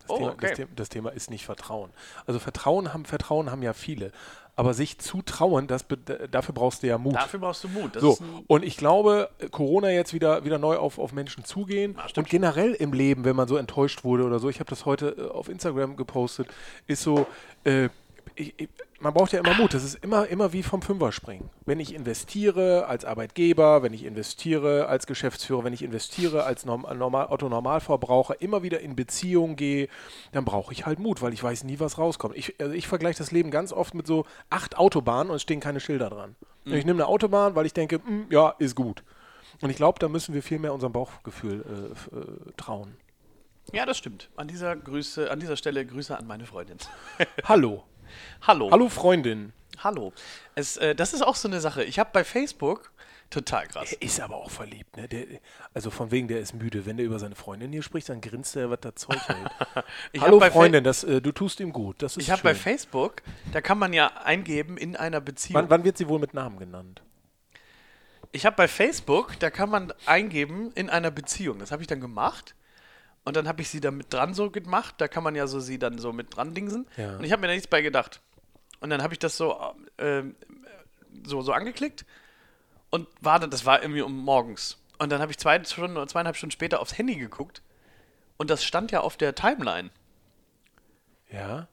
Speaker 2: Das,
Speaker 3: Oh,
Speaker 2: Thema,
Speaker 3: okay.
Speaker 2: das, Thema, das Thema ist nicht Vertrauen. Also Vertrauen haben, Vertrauen haben ja viele. Aber sich zutrauen, das, be- dafür brauchst du ja Mut.
Speaker 3: Dafür brauchst du Mut. Das
Speaker 2: So,
Speaker 3: ist ein
Speaker 2: und ich glaube, Corona jetzt wieder, wieder neu auf, auf Menschen zugehen
Speaker 3: Ah,
Speaker 2: und generell im Leben, wenn man so enttäuscht wurde oder so, ich habe das heute äh, auf Instagram gepostet, ist so, äh, ich, ich, man braucht ja immer Mut. Das ist immer, immer wie vom Fünfer springen. Wenn ich investiere als Arbeitgeber, wenn ich investiere als Geschäftsführer, wenn ich investiere als norm, normal, Otto-Normalverbraucher, immer wieder in Beziehungen gehe, dann brauche ich halt Mut, weil ich weiß nie, was rauskommt. Ich, also ich vergleiche das Leben ganz oft mit so acht Autobahnen und es stehen keine Schilder dran.
Speaker 3: Mhm.
Speaker 2: Ich nehme eine Autobahn, weil ich denke, "Mm, ja, ist gut. Und ich glaube, da müssen wir viel mehr unserem Bauchgefühl äh, f- äh,
Speaker 3: [laughs]
Speaker 2: trauen.
Speaker 3: Ja, das stimmt. An dieser, Grüße, an dieser Stelle Grüße an meine Freundin.
Speaker 2: Hallo.
Speaker 3: Hallo.
Speaker 2: Hallo, Freundin.
Speaker 3: Hallo. Es, äh, das ist auch so eine Sache. Ich habe bei Facebook, total krass.
Speaker 2: Der ist aber auch verliebt, ne? Der, also von wegen, der ist müde. Wenn der über seine Freundin hier spricht, dann grinst er, was da Zeug hält.
Speaker 3: [laughs] Ich hab
Speaker 2: Hallo,
Speaker 3: bei Fa-
Speaker 2: Freundin, das, äh, du tust ihm gut. Das ist
Speaker 3: Ich habe bei
Speaker 2: schön.
Speaker 3: Facebook, da kann man ja eingeben in einer Beziehung.
Speaker 2: Wann, wann wird sie wohl mit Namen genannt?
Speaker 3: Ich habe bei Facebook, da kann man eingeben in einer Beziehung. Das habe ich dann gemacht. Und dann habe ich sie da mit dran so gemacht. Da kann man ja so sie dann so mit dran dingsen.
Speaker 2: Ja.
Speaker 3: Und ich habe mir da nichts bei gedacht. Und dann habe ich das so, ähm, so, so angeklickt und war dann, das war irgendwie um morgens. Und dann habe ich zwei Stunden oder zweieinhalb Stunden später aufs Handy geguckt und das stand ja auf der Timeline.
Speaker 2: Ja.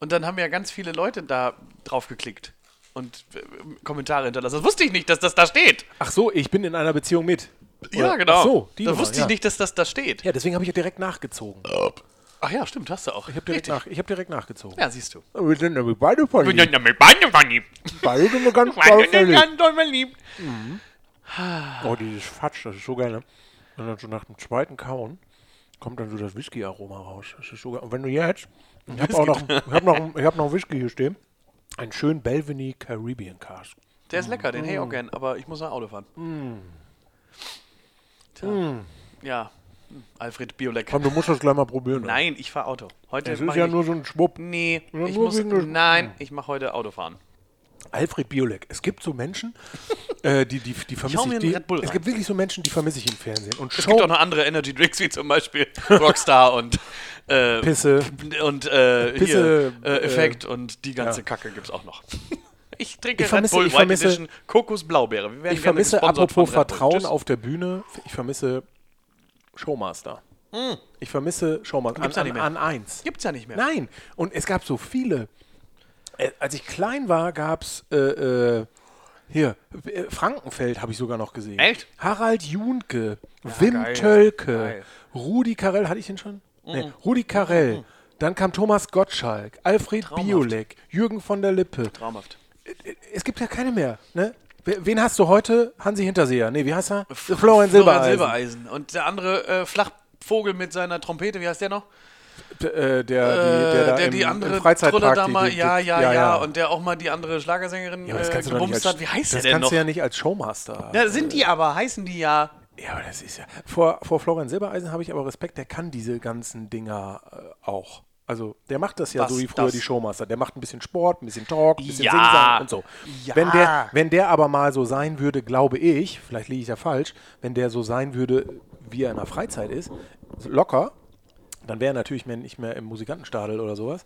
Speaker 3: Und dann haben ja ganz viele Leute da drauf geklickt und äh, Kommentare hinterlassen. Das wusste ich nicht, dass das da steht.
Speaker 2: Ach so, ich bin in einer Beziehung mit.
Speaker 3: Ja,
Speaker 2: Oder-
Speaker 3: genau.
Speaker 2: Ach so, die
Speaker 3: da
Speaker 2: Nummer,
Speaker 3: wusste
Speaker 2: ja.
Speaker 3: ich nicht, dass das da steht.
Speaker 2: Ja, deswegen habe ich ja direkt nachgezogen. Ich
Speaker 3: Ach ja, stimmt, hast du auch.
Speaker 2: habe direkt, nach, ich hab direkt nachgezogen.
Speaker 3: Ja, siehst du.
Speaker 2: Wir sind nämlich beide
Speaker 3: Bin ja
Speaker 2: verliebt.
Speaker 3: mit beiden verliebt.
Speaker 2: Beide sind wir ganz doll
Speaker 3: Beide sind
Speaker 2: verliebt.
Speaker 3: ganz doll verliebt.
Speaker 2: Oh, dieses Fatsch, das ist so geil, ne? Und dann so nach dem zweiten Kauen kommt dann so das Whisky-Aroma raus. Das ist so geil. Und wenn du jetzt, ich habe auch noch, ich hab noch, ich hab noch einen Whisky hier stehen, einen schönen Belveny Caribbean Cask.
Speaker 3: Der
Speaker 2: Mm.
Speaker 3: ist lecker, den hätte ich auch gern, aber ich muss nach Auto fahren. Tja. Ja, Hm, Alfred Biolek.
Speaker 2: Mm. Komm, du musst das gleich mal probieren. ne?
Speaker 3: Nein, ich fahre Auto. Heute
Speaker 2: das
Speaker 3: mach
Speaker 2: ist
Speaker 3: ich
Speaker 2: ja
Speaker 3: nicht-
Speaker 2: nur so ein Schwupp.
Speaker 3: Nee,
Speaker 2: Ja,
Speaker 3: ich
Speaker 2: nur Mm.
Speaker 3: muss.
Speaker 2: wegen des-
Speaker 3: Nein, ich mache heute Autofahren.
Speaker 2: Alfred Biolek. Es gibt so
Speaker 3: [laughs]
Speaker 2: Menschen, äh, die, die, die vermisse
Speaker 3: hau
Speaker 2: ich.
Speaker 3: mir einen
Speaker 2: Die,
Speaker 3: Red Bull
Speaker 2: es
Speaker 3: rein.
Speaker 2: gibt wirklich so Menschen, die vermisse ich im Fernsehen. Und
Speaker 3: Es gibt auch
Speaker 2: Show,
Speaker 3: noch andere Energy Drinks, wie zum Beispiel Rockstar
Speaker 2: [laughs]
Speaker 3: und. Äh,
Speaker 2: Pisse.
Speaker 3: Und äh,
Speaker 2: Pisse,
Speaker 3: hier, äh,
Speaker 2: äh,
Speaker 3: Effekt und die ganze Kacke gibt's
Speaker 2: [laughs]
Speaker 3: auch noch. Ich trinke
Speaker 2: Ich vermisse-
Speaker 3: Red Bull
Speaker 2: ich
Speaker 3: White
Speaker 2: vermisse-
Speaker 3: Edition Kokosblaubeere. Wir werden
Speaker 2: Ich vermisse,
Speaker 3: gerne gesponsert von
Speaker 2: apropos
Speaker 3: Red Bull.
Speaker 2: Vertrauen
Speaker 3: Tschüss.
Speaker 2: auf der Bühne, ich vermisse Showmaster. Ich vermisse Showmaster
Speaker 3: Hm. Gibt's ja
Speaker 2: an,
Speaker 3: nicht
Speaker 2: an,
Speaker 3: mehr.
Speaker 2: an eins.
Speaker 3: Gibt's ja nicht mehr.
Speaker 2: Nein, und es gab so viele. Äh, Als ich klein war, gab es äh, äh, hier, äh, Frankenfeld habe ich sogar noch gesehen.
Speaker 3: Echt?
Speaker 2: Harald Junke, Wim
Speaker 3: geil.
Speaker 2: Tölke,
Speaker 3: Geil.
Speaker 2: Rudi Carell, hatte ich den schon? Nee, Rudi Carell. Dann kam Thomas Gottschalk, Alfred Biolek, Jürgen von der Lippe.
Speaker 3: Traumhaft.
Speaker 2: Es gibt ja keine mehr, ne? Wer- Wen hast du heute? Hansi Hinterseher. Nee, wie heißt er? Florian,
Speaker 3: Florian
Speaker 2: Silbereisen.
Speaker 3: Silbereisen. Und der andere äh, Flachvogel mit seiner Trompete, wie heißt der noch?
Speaker 2: D- äh, der, die, der,
Speaker 3: Äh,
Speaker 2: da
Speaker 3: der
Speaker 2: im,
Speaker 3: die andere
Speaker 2: im Freizeitpark,
Speaker 3: Truller da
Speaker 2: die-
Speaker 3: mal,
Speaker 2: die-
Speaker 3: ja, ja, ja, Und der auch mal die andere Schlagersängerin
Speaker 2: Ja, aber das
Speaker 3: äh,
Speaker 2: kannst du doch nicht
Speaker 3: gebumst
Speaker 2: als,
Speaker 3: hat. Wie heißt der
Speaker 2: das
Speaker 3: denn
Speaker 2: kannst
Speaker 3: noch?
Speaker 2: du ja nicht als Showmaster.
Speaker 3: Da sind die aber, heißen die ja.
Speaker 2: Ja, aber das ist ja. Vor, vor Florian Silbereisen habe ich aber Respekt, der kann diese ganzen Dinger äh, auch. Also, der macht das ja
Speaker 3: Was,
Speaker 2: so wie früher
Speaker 3: das?
Speaker 2: die Showmaster. Der macht ein bisschen Sport, ein bisschen Talk, ein bisschen
Speaker 3: Ja.
Speaker 2: Singsang und so.
Speaker 3: Ja.
Speaker 2: Wenn, der, wenn der aber mal so sein würde, glaube ich, vielleicht liege ich ja falsch, wenn der so sein würde, wie er in der Freizeit ist, locker, dann wäre er natürlich mehr, nicht mehr im Musikantenstadel oder sowas.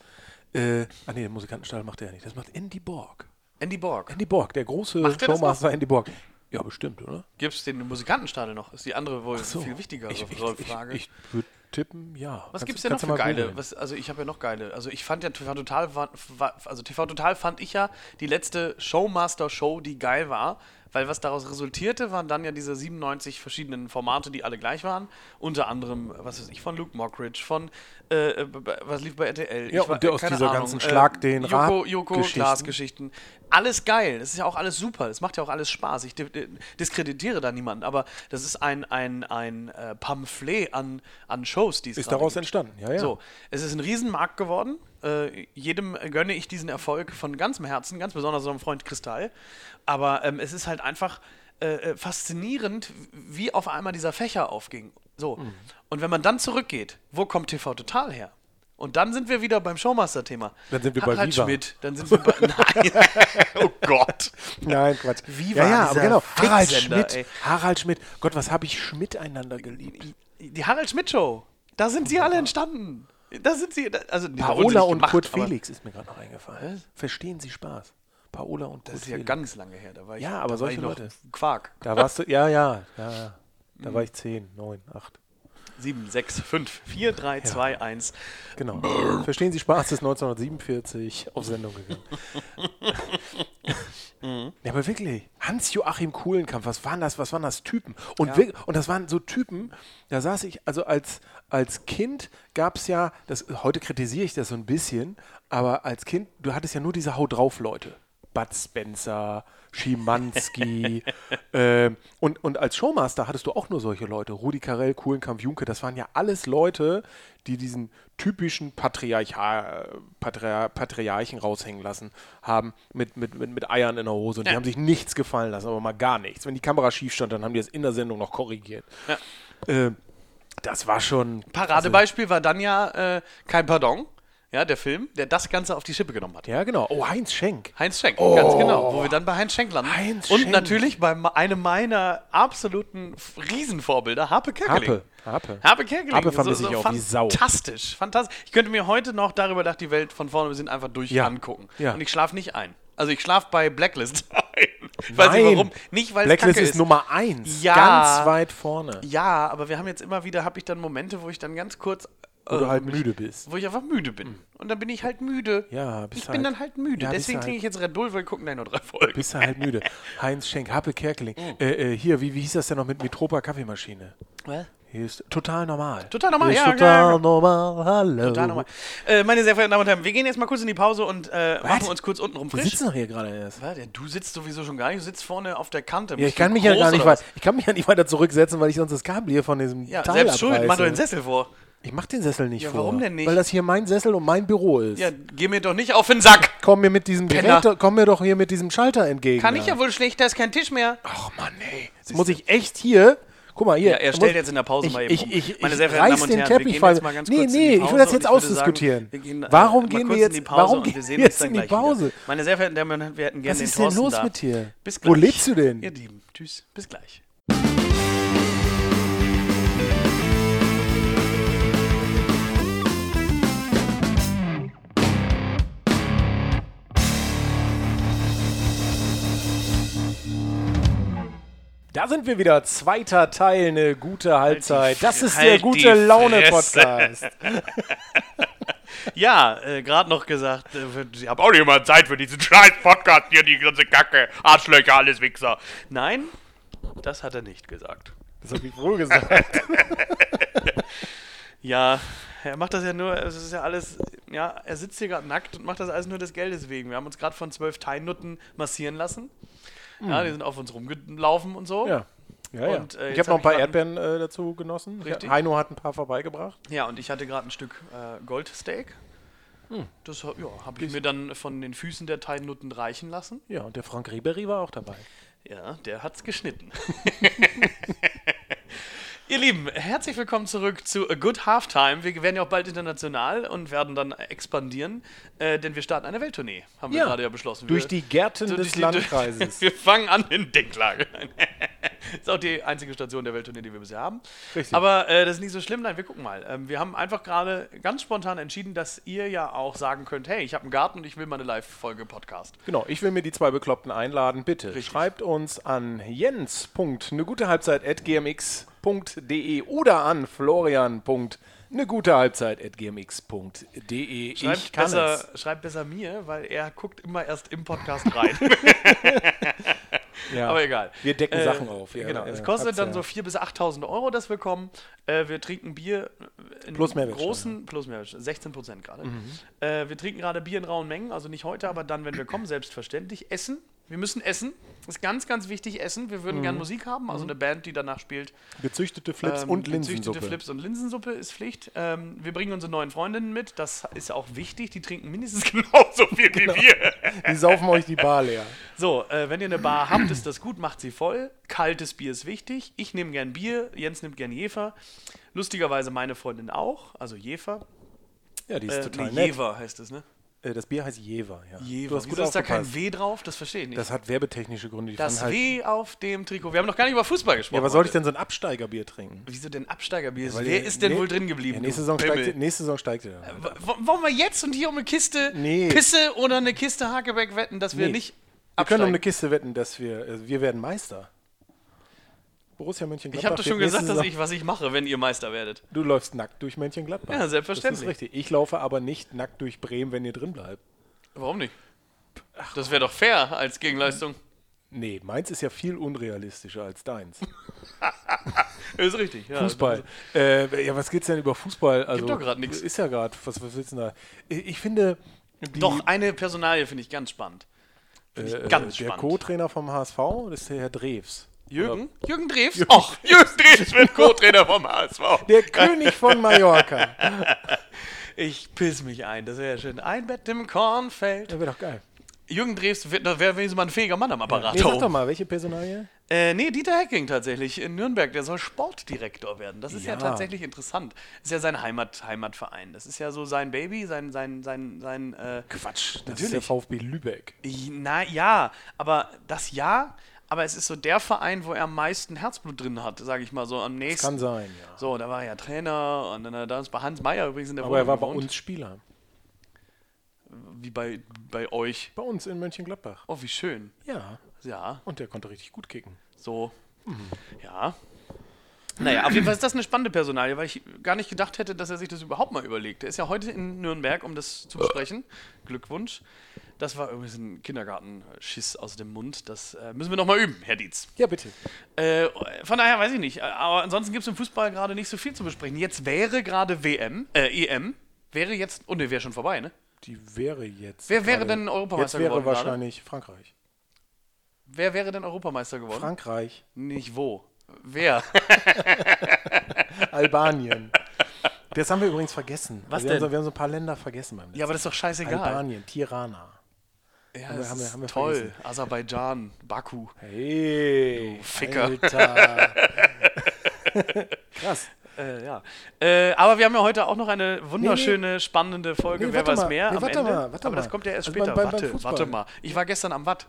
Speaker 2: Äh, ah, nee, den Musikantenstadel macht er ja nicht. Das macht Andy Borg.
Speaker 3: Andy Borg.
Speaker 2: Andy Borg, der große
Speaker 3: Macht der das
Speaker 2: Showmaster Andy Borg. Ja, bestimmt, oder?
Speaker 3: Gibt's den Musikantenstadel noch? Ist die andere wohl viel wichtigere
Speaker 2: ich, ich,
Speaker 3: Frage.
Speaker 2: Ich, ich würde tippen, ja.
Speaker 3: Was
Speaker 2: Kannst-
Speaker 3: gibt's denn noch
Speaker 2: kannst du
Speaker 3: für
Speaker 2: mal
Speaker 3: geile?
Speaker 2: googeln.
Speaker 3: Was, also ich habe ja noch geile. Also ich fand ja TV Total war, war, also TV Total fand ich ja die letzte Showmaster Show, die geil war, weil was daraus resultierte, waren dann ja diese 97 verschiedenen Formate, die alle gleich waren, unter anderem was weiß ich von Luke Mockridge, von äh, äh, was lief bei RTL.
Speaker 2: Ja,
Speaker 3: ich war, äh,
Speaker 2: und der aus
Speaker 3: keine
Speaker 2: dieser
Speaker 3: Ahnung,
Speaker 2: ganzen Schlag den
Speaker 3: Joko,
Speaker 2: Raab-
Speaker 3: Joko
Speaker 2: Geschichten.
Speaker 3: Glas Geschichten. Alles geil. Das ist ja auch alles super. Das macht ja auch alles Spaß. Ich di- di- diskreditiere da niemanden, aber das ist ein ein ein äh, Pamphlet an an Shows, die es
Speaker 2: Ist
Speaker 3: gerade
Speaker 2: daraus
Speaker 3: gibt.
Speaker 2: entstanden, ja, ja.
Speaker 3: So, es ist ein Riesenmarkt geworden. Äh, jedem gönne ich diesen Erfolg von ganzem Herzen, ganz besonders unserem Freund Kristall. Aber ähm, es ist halt einfach äh, äh, faszinierend, wie auf einmal dieser Fächer aufging. So.
Speaker 2: Mhm.
Speaker 3: Und wenn man dann zurückgeht, wo kommt TV Total her? Und dann sind wir wieder beim Showmaster-Thema.
Speaker 2: Dann sind wir bei
Speaker 3: Harald
Speaker 2: Viva.
Speaker 3: Schmidt. Dann sind wir
Speaker 2: [laughs]
Speaker 3: bei. Nein. oh Gott.
Speaker 2: [laughs] Nein, Quatsch.
Speaker 3: Wie
Speaker 2: ja,
Speaker 3: war
Speaker 2: ja, aber
Speaker 3: dieser
Speaker 2: genau. Harald
Speaker 3: Ficksender,
Speaker 2: Schmidt.
Speaker 3: ey?
Speaker 2: Harald Schmidt. Gott, was habe ich Schmidt einander geliebt.
Speaker 3: Die Harald Schmidt-Show. Da sind sie alle entstanden. Da sind sie. da- Also, die wurden sie
Speaker 2: Paola
Speaker 3: nicht
Speaker 2: und
Speaker 3: gemacht,
Speaker 2: Kurt
Speaker 3: aber-
Speaker 2: Felix ist mir gerade noch eingefallen. Verstehen Sie Spaß. Paola und Kurt
Speaker 3: Das ist ja
Speaker 2: Felix.
Speaker 3: ganz lange her. Da war ich,
Speaker 2: Ja, aber
Speaker 3: da
Speaker 2: solche
Speaker 3: war ich noch
Speaker 2: Leute.
Speaker 3: Quark.
Speaker 2: Da warst du, ja, ja, ja. ja.
Speaker 3: Mhm.
Speaker 2: Da war ich 10, 9, 8.
Speaker 3: 7, 6, 5, 4, 3, 2, 1.
Speaker 2: Genau. Verstehen Sie Spaß ist 1947 auf Sendung gegangen. ja, aber wirklich, Hans-Joachim Kuhlenkampf, was waren das, was waren das Typen? Und, wir, und das waren so Typen, da saß ich, also als, als Kind gab es ja, das, heute kritisiere ich das so ein bisschen, aber als Kind, du hattest ja nur diese Hau drauf Leute. Bud Spencer, Schimanski ähm, und, und als Showmaster hattest du auch nur solche Leute. Rudi Carell, Kuhlenkampf, Junke, das waren ja alles Leute, die diesen typischen Patriarcha, Patria, Patriarchen raushängen lassen haben mit, mit, mit, mit Eiern in der Hose. Und die haben sich nichts gefallen lassen, aber mal gar nichts. Wenn die Kamera schief stand, dann haben die das in der Sendung noch korrigiert. Ähm, das war schon...
Speaker 3: Paradebeispiel war dann ja äh, Kein Pardon, ja, der Film, der das Ganze auf die Schippe genommen hat.
Speaker 2: Ja, genau. Oh, Heinz Schenk.
Speaker 3: Heinz Schenk, ganz genau, wo wir dann bei Heinz Schenk landen.
Speaker 2: Oh. Heinz
Speaker 3: Und
Speaker 2: Schenk.
Speaker 3: natürlich bei ma- einem meiner absoluten F- Riesenvorbilder, Harpe Kerkeling.
Speaker 2: Harpe, Harpe.
Speaker 3: Harpe Kerkeling.
Speaker 2: Harpe vermisse ich auch wie Sau.
Speaker 3: Fantastisch, fantastisch. Ich könnte mir heute noch darüber nach die Welt von vorne bis hinten einfach durch
Speaker 2: Ja.
Speaker 3: angucken.
Speaker 2: Ja.
Speaker 3: Und ich schlafe nicht ein. Also ich schlafe bei Blacklist [laughs] ein. Ich weiß
Speaker 2: Nein.
Speaker 3: nicht warum. Nicht, weil es
Speaker 2: Blacklist
Speaker 3: kacke
Speaker 2: ist Nummer 1.
Speaker 3: Ja.
Speaker 2: Ganz weit vorne.
Speaker 3: Ja, aber wir haben jetzt immer wieder, habe ich dann Momente, wo ich dann ganz kurz,
Speaker 2: Wo
Speaker 3: äh,
Speaker 2: du halt müde bist.
Speaker 3: wo ich einfach müde bin. Und dann bin ich halt müde.
Speaker 2: Ja, bist
Speaker 3: Ich
Speaker 2: du
Speaker 3: bin
Speaker 2: halt-
Speaker 3: dann halt müde.
Speaker 2: Ja, bist
Speaker 3: Deswegen
Speaker 2: du halt-
Speaker 3: trinke ich jetzt Red Bull, weil wir gucken gleich nur drei Folgen.
Speaker 2: Bist du halt
Speaker 3: [laughs]
Speaker 2: müde. Heinz Schenk, Happe Kerkeling.
Speaker 3: Mm.
Speaker 2: Äh, äh, hier, wie, wie hieß das denn noch mit Mitropa Kaffeemaschine? Hier ist total normal.
Speaker 3: Total normal,
Speaker 2: Hier ist
Speaker 3: ja,
Speaker 2: Total
Speaker 3: ja, ja.
Speaker 2: normal, hallo.
Speaker 3: Da nochmal. Äh, meine sehr verehrten Damen und Herren, wir gehen jetzt mal kurz in die Pause und äh, machen
Speaker 2: Was?
Speaker 3: uns kurz unten rum
Speaker 2: Wir
Speaker 3: frisch.
Speaker 2: sitzen doch hier gerade erst.
Speaker 3: Was? Ja, du sitzt sowieso schon gar nicht, du sitzt vorne auf der Kante.
Speaker 2: Ja, ich kann mich ja gar nicht weiter, ich kann mich ja nicht weiter zurücksetzen, weil ich sonst das Kabel hier von diesem
Speaker 3: Ja,
Speaker 2: Teil
Speaker 3: selbst schuld,
Speaker 2: abreiße.
Speaker 3: mach doch den Sessel vor.
Speaker 2: Ich mach den Sessel nicht
Speaker 3: Ja,
Speaker 2: vor.
Speaker 3: warum denn nicht?
Speaker 2: Weil das hier mein Sessel und mein Büro ist.
Speaker 3: Ja, geh mir doch nicht auf den Sack.
Speaker 2: Komm mir mit diesem
Speaker 3: Penner.
Speaker 2: Gerät, komm mir doch hier mit diesem Schalter entgegen.
Speaker 3: Kann ich ja wohl schlecht, da ist kein Tisch mehr.
Speaker 2: Ach Mann, ey. Jetzt muss ich echt hier. Guck mal hier.
Speaker 3: Ja, er
Speaker 2: da
Speaker 3: stellt
Speaker 2: muss-
Speaker 3: jetzt in der Pause
Speaker 2: ich,
Speaker 3: mal eben
Speaker 2: ich,
Speaker 3: um.
Speaker 2: ich, ich
Speaker 3: Meine sehr verehrten
Speaker 2: reiß
Speaker 3: Damen und
Speaker 2: den
Speaker 3: Herren, wir
Speaker 2: Teppich
Speaker 3: gehen
Speaker 2: falls-
Speaker 3: jetzt mal ganz
Speaker 2: Nee,
Speaker 3: kurz in die
Speaker 2: nee, ich will
Speaker 3: Pause
Speaker 2: das
Speaker 3: und
Speaker 2: jetzt
Speaker 3: ich würde sagen,
Speaker 2: ausdiskutieren.
Speaker 3: wir gehen, äh,
Speaker 2: warum
Speaker 3: mal
Speaker 2: gehen wir
Speaker 3: kurz
Speaker 2: jetzt,
Speaker 3: in die Pause
Speaker 2: warum
Speaker 3: und
Speaker 2: gehen
Speaker 3: wir
Speaker 2: wir
Speaker 3: sehen uns
Speaker 2: jetzt
Speaker 3: dann
Speaker 2: in die
Speaker 3: gleich
Speaker 2: Pause?
Speaker 3: Wieder. Meine sehr verehrten Damen und Herren, wir hätten gerne
Speaker 2: Was
Speaker 3: den
Speaker 2: ist denn
Speaker 3: Thorsten
Speaker 2: los
Speaker 3: da.
Speaker 2: mit dir?
Speaker 3: Bis gleich.
Speaker 2: Wo lebst du denn?
Speaker 3: Ihr Lieben, tschüss, bis gleich.
Speaker 2: Da sind wir wieder. Zweiter Teil, eine gute Halbzeit. Das ist
Speaker 3: Halt
Speaker 2: der
Speaker 3: die
Speaker 2: gute
Speaker 3: Fresse.
Speaker 2: Laune-Podcast.
Speaker 3: Ja, äh, gerade noch gesagt, äh, für- ich habe auch nicht immer Zeit für diesen scheiß Podcast hier, die ganze Kacke, Arschlöcher, alles Wichser. Nein, das hat er nicht gesagt.
Speaker 2: Das habe ich wohl gesagt.
Speaker 3: Ja, er macht das ja nur, es ist ja alles, ja, er sitzt hier gerade nackt und macht das alles nur des Geldes wegen. Wir haben uns gerade von zwölf Thai-Nutten massieren lassen. Ja, die sind auf uns rumgelaufen und so.
Speaker 2: Ja. Ja, ja.
Speaker 3: Und, äh,
Speaker 2: ich
Speaker 3: jetzt
Speaker 2: habe noch ein paar
Speaker 3: hab ich grad
Speaker 2: Erdbeeren äh, dazu genossen.
Speaker 3: Richtig.
Speaker 2: Heino hat ein paar vorbeigebracht.
Speaker 3: Ja, und ich hatte gerade ein Stück äh, Goldsteak. Das ho- ja, habe ich mir dann von den Füßen der Thai-Nutten reichen lassen.
Speaker 2: Ja, und der Frank Ribery war auch dabei.
Speaker 3: Ja, der hat's geschnitten. [laughs] Ihr Lieben, herzlich willkommen zurück zu A Good Halftime. Wir werden ja auch bald international und werden dann expandieren, äh, denn wir starten eine Welttournee, haben wir
Speaker 2: Ja.
Speaker 3: gerade ja beschlossen.
Speaker 2: Durch
Speaker 3: [laughs] wir,
Speaker 2: die Gärten
Speaker 3: durch
Speaker 2: des
Speaker 3: die-
Speaker 2: Landkreises.
Speaker 3: wir fangen an in Dinklage. [laughs] ist auch die einzige Station der Welttournee, die wir bisher haben.
Speaker 2: Richtig.
Speaker 3: Aber äh, das ist nicht so schlimm. Nein, wir gucken mal. Ähm, wir haben einfach gerade ganz spontan entschieden, dass ihr ja auch sagen könnt, hey, ich habe einen Garten und ich will mal eine Live-Folge Podcast.
Speaker 2: Genau, ich will mir die zwei Bekloppten einladen. Bitte schreibt uns an jens.negutehalbzeit.gmx.de oder an florian.negutehalbzeit.gmx.de.
Speaker 3: Schreibt, besser, schreibt besser mir, weil er guckt immer erst
Speaker 2: [laughs]
Speaker 3: im Podcast rein.
Speaker 2: Ja.
Speaker 3: Aber egal.
Speaker 2: Wir decken
Speaker 3: Äh,
Speaker 2: Sachen auf. ja.
Speaker 3: genau. Es
Speaker 2: Äh,
Speaker 3: kostet
Speaker 2: hab's
Speaker 3: dann
Speaker 2: ja.
Speaker 3: so 4.000 bis 8.000 Euro, dass wir kommen. Äh, wir trinken Bier in
Speaker 2: Plus Mehrwertsteuer. Mhm.
Speaker 3: großen, plus Mehrwertsteuer, 16 Prozent gerade. Äh, wir trinken gerade Bier in rauen Mengen, also nicht heute, aber dann, wenn wir kommen, selbstverständlich. Essen. Wir müssen essen. Ist ganz, ganz wichtig, essen. Wir würden
Speaker 2: Mhm.
Speaker 3: gern Musik haben, also eine Band, die danach spielt.
Speaker 2: Gezüchtete Flips
Speaker 3: Ähm,
Speaker 2: und
Speaker 3: gezüchtete
Speaker 2: Linsensuppe.
Speaker 3: Flips und Linsensuppe ist Pflicht. Ähm, wir bringen unsere neuen Freundinnen mit. Das ist auch wichtig. Die trinken mindestens [laughs] genauso viel
Speaker 2: Genau.
Speaker 3: wie wir.
Speaker 2: Die saufen euch die Bar leer.
Speaker 3: So, äh, wenn ihr eine Bar habt, ist das gut, macht sie voll. Kaltes Bier ist wichtig. Ich nehme gern Bier, Jens nimmt gern Jefer. Lustigerweise meine Freundin auch, also Jefer.
Speaker 2: Ja, die ist
Speaker 3: Äh,
Speaker 2: total
Speaker 3: nee,
Speaker 2: nett.
Speaker 3: Jever heißt es, ne?
Speaker 2: Äh, Das Bier heißt Jever. Ja.
Speaker 3: Jever.
Speaker 2: Du hast gut
Speaker 3: Wieso ist da kein
Speaker 2: aufgepasst.
Speaker 3: W drauf? Das verstehe ich nicht.
Speaker 2: Das hat werbetechnische Gründe. Die
Speaker 3: Das,
Speaker 2: fanden halt,
Speaker 3: W auf dem Trikot. Wir haben noch gar nicht über Fußball gesprochen.
Speaker 2: ja, aber soll ich
Speaker 3: heute.
Speaker 2: denn so ein Absteigerbier trinken?
Speaker 3: Wieso denn Absteigerbier?
Speaker 2: Weil
Speaker 3: Wer
Speaker 2: ihr-
Speaker 3: ist denn
Speaker 2: nee,
Speaker 3: wohl drin geblieben?
Speaker 2: Ja, nächste,
Speaker 3: du
Speaker 2: Saison
Speaker 3: Pimmel?
Speaker 2: steigt, nächste Saison steigt er. dann.
Speaker 3: W- w- Wollen wir jetzt und hier um eine Kiste
Speaker 2: Nee.
Speaker 3: Pisse oder eine Kiste Hakeback wetten, dass wir
Speaker 2: Nee.
Speaker 3: nicht
Speaker 2: Wir können um
Speaker 3: absteigen?
Speaker 2: eine Kiste wetten, dass wir, äh, wir werden Meister. Borussia Mönchengladbach.
Speaker 3: ich habe doch schon
Speaker 2: wird nächste
Speaker 3: gesagt, dass
Speaker 2: Saison-
Speaker 3: ich, was ich mache, wenn ihr Meister werdet.
Speaker 2: Du läufst nackt durch Mönchengladbach.
Speaker 3: Ja, selbstverständlich.
Speaker 2: Das ist richtig. Ich laufe aber nicht nackt durch Bremen, wenn ihr drin bleibt.
Speaker 3: Warum nicht? Das wäre doch fair als Gegenleistung.
Speaker 2: Nee, meins ist ja viel unrealistischer als
Speaker 3: [laughs]
Speaker 2: deins.
Speaker 3: Ist richtig. Ja.
Speaker 2: Fußball. Äh, ja, was geht's denn über Fußball? Also,
Speaker 3: Also doch grad nix.
Speaker 2: Ist ja gerade. Was, was willst du denn da? Ich ich finde. die-
Speaker 3: Doch, eine Personalie finde ich ganz spannend. Finde ich
Speaker 2: äh,
Speaker 3: ganz
Speaker 2: der
Speaker 3: spannend.
Speaker 2: Co-Trainer vom HSV das ist der Herr Drews.
Speaker 3: Jürgen? Jürgen Drews? Och, Jürgen Drews wird Co-Trainer vom HSV.
Speaker 2: Der König von
Speaker 3: [laughs]
Speaker 2: Mallorca.
Speaker 3: Ich piss mich ein, das wäre ja schön. Ein Bett im Kornfeld.
Speaker 2: Das wäre doch geil.
Speaker 3: Jürgen Drews wird- das wäre wenigstens mal ein fähiger Mann am Apparat.
Speaker 2: Nee, sag
Speaker 3: Oh.
Speaker 2: doch mal, welche Personalie?
Speaker 3: Äh, nee, Dieter Hecking tatsächlich in Nürnberg, der soll Sportdirektor werden. Das ist ja,
Speaker 2: Ja.
Speaker 3: tatsächlich interessant. Ist ja sein Heimat, Heimatverein. Das ist ja so sein Baby, sein, sein, sein, sein äh, Quatsch.
Speaker 2: Das ist der VfB Lübeck.
Speaker 3: Na ja, aber das ja, aber es ist so der Verein, wo er am meisten Herzblut drin hat, sage ich mal so am nächsten.
Speaker 2: Kann sein, ja.
Speaker 3: So, da war er ja Trainer und dann hat er damals bei Hans Meyer übrigens in der
Speaker 2: Aber er war bei
Speaker 3: Wohnung gewohnt,
Speaker 2: uns Spieler.
Speaker 3: Wie bei, bei euch.
Speaker 2: Bei uns in Mönchengladbach.
Speaker 3: Oh, wie schön.
Speaker 2: Ja.
Speaker 3: Ja,
Speaker 2: Und der konnte richtig gut kicken.
Speaker 3: So.
Speaker 2: Mhm.
Speaker 3: Ja. Naja, auf jeden Fall ist das eine spannende Personalie, weil ich gar nicht gedacht hätte, dass er sich das überhaupt mal überlegt. Er ist ja heute in Nürnberg, um das zu besprechen. Glückwunsch. Das war übrigens ein Kindergartenschiss aus dem Mund. Das äh, müssen wir nochmal üben, Herr Dietz.
Speaker 2: Ja, bitte.
Speaker 3: Äh, von daher weiß ich nicht. Aber ansonsten gibt es im Fußball gerade nicht so viel zu besprechen. Jetzt wäre gerade WM, äh, EM. Wäre jetzt, oh ne, wäre schon vorbei, ne?
Speaker 2: Die wäre jetzt.
Speaker 3: Wer wäre
Speaker 2: gerade-
Speaker 3: denn Europameister
Speaker 2: Jetzt wäre
Speaker 3: geworden gerade?
Speaker 2: wahrscheinlich Frankreich.
Speaker 3: Wer wäre denn Europameister geworden?
Speaker 2: Frankreich,
Speaker 3: nicht wo. Wer?
Speaker 2: Albanien. [laughs] Das haben wir übrigens vergessen. Also
Speaker 3: Was
Speaker 2: wir, Haben
Speaker 3: denn?
Speaker 2: so, wir haben so ein paar Länder vergessen beim
Speaker 3: Ja, aber das ist doch scheißegal.
Speaker 2: Albanien, Tirana.
Speaker 3: Ja,
Speaker 2: Haben wir-
Speaker 3: das
Speaker 2: haben wir-
Speaker 3: ist
Speaker 2: haben wir
Speaker 3: toll.
Speaker 2: vergessen.
Speaker 3: Aserbaidschan, Baku.
Speaker 2: Hey,
Speaker 3: Ficker. [laughs]
Speaker 2: Alter. Krass.
Speaker 3: Äh, ja. Äh, aber wir haben ja heute auch noch eine wunderschöne, spannende Folge.
Speaker 2: Nee,
Speaker 3: Wer
Speaker 2: warte
Speaker 3: weiß
Speaker 2: mal.
Speaker 3: mehr?
Speaker 2: Nee,
Speaker 3: am
Speaker 2: warte
Speaker 3: Ende.
Speaker 2: mal, warte
Speaker 3: aber das
Speaker 2: mal.
Speaker 3: kommt ja erst
Speaker 2: Also
Speaker 3: später.
Speaker 2: beim- beim
Speaker 3: warte,
Speaker 2: Fußball.
Speaker 3: warte mal. Ich war gestern am Watt.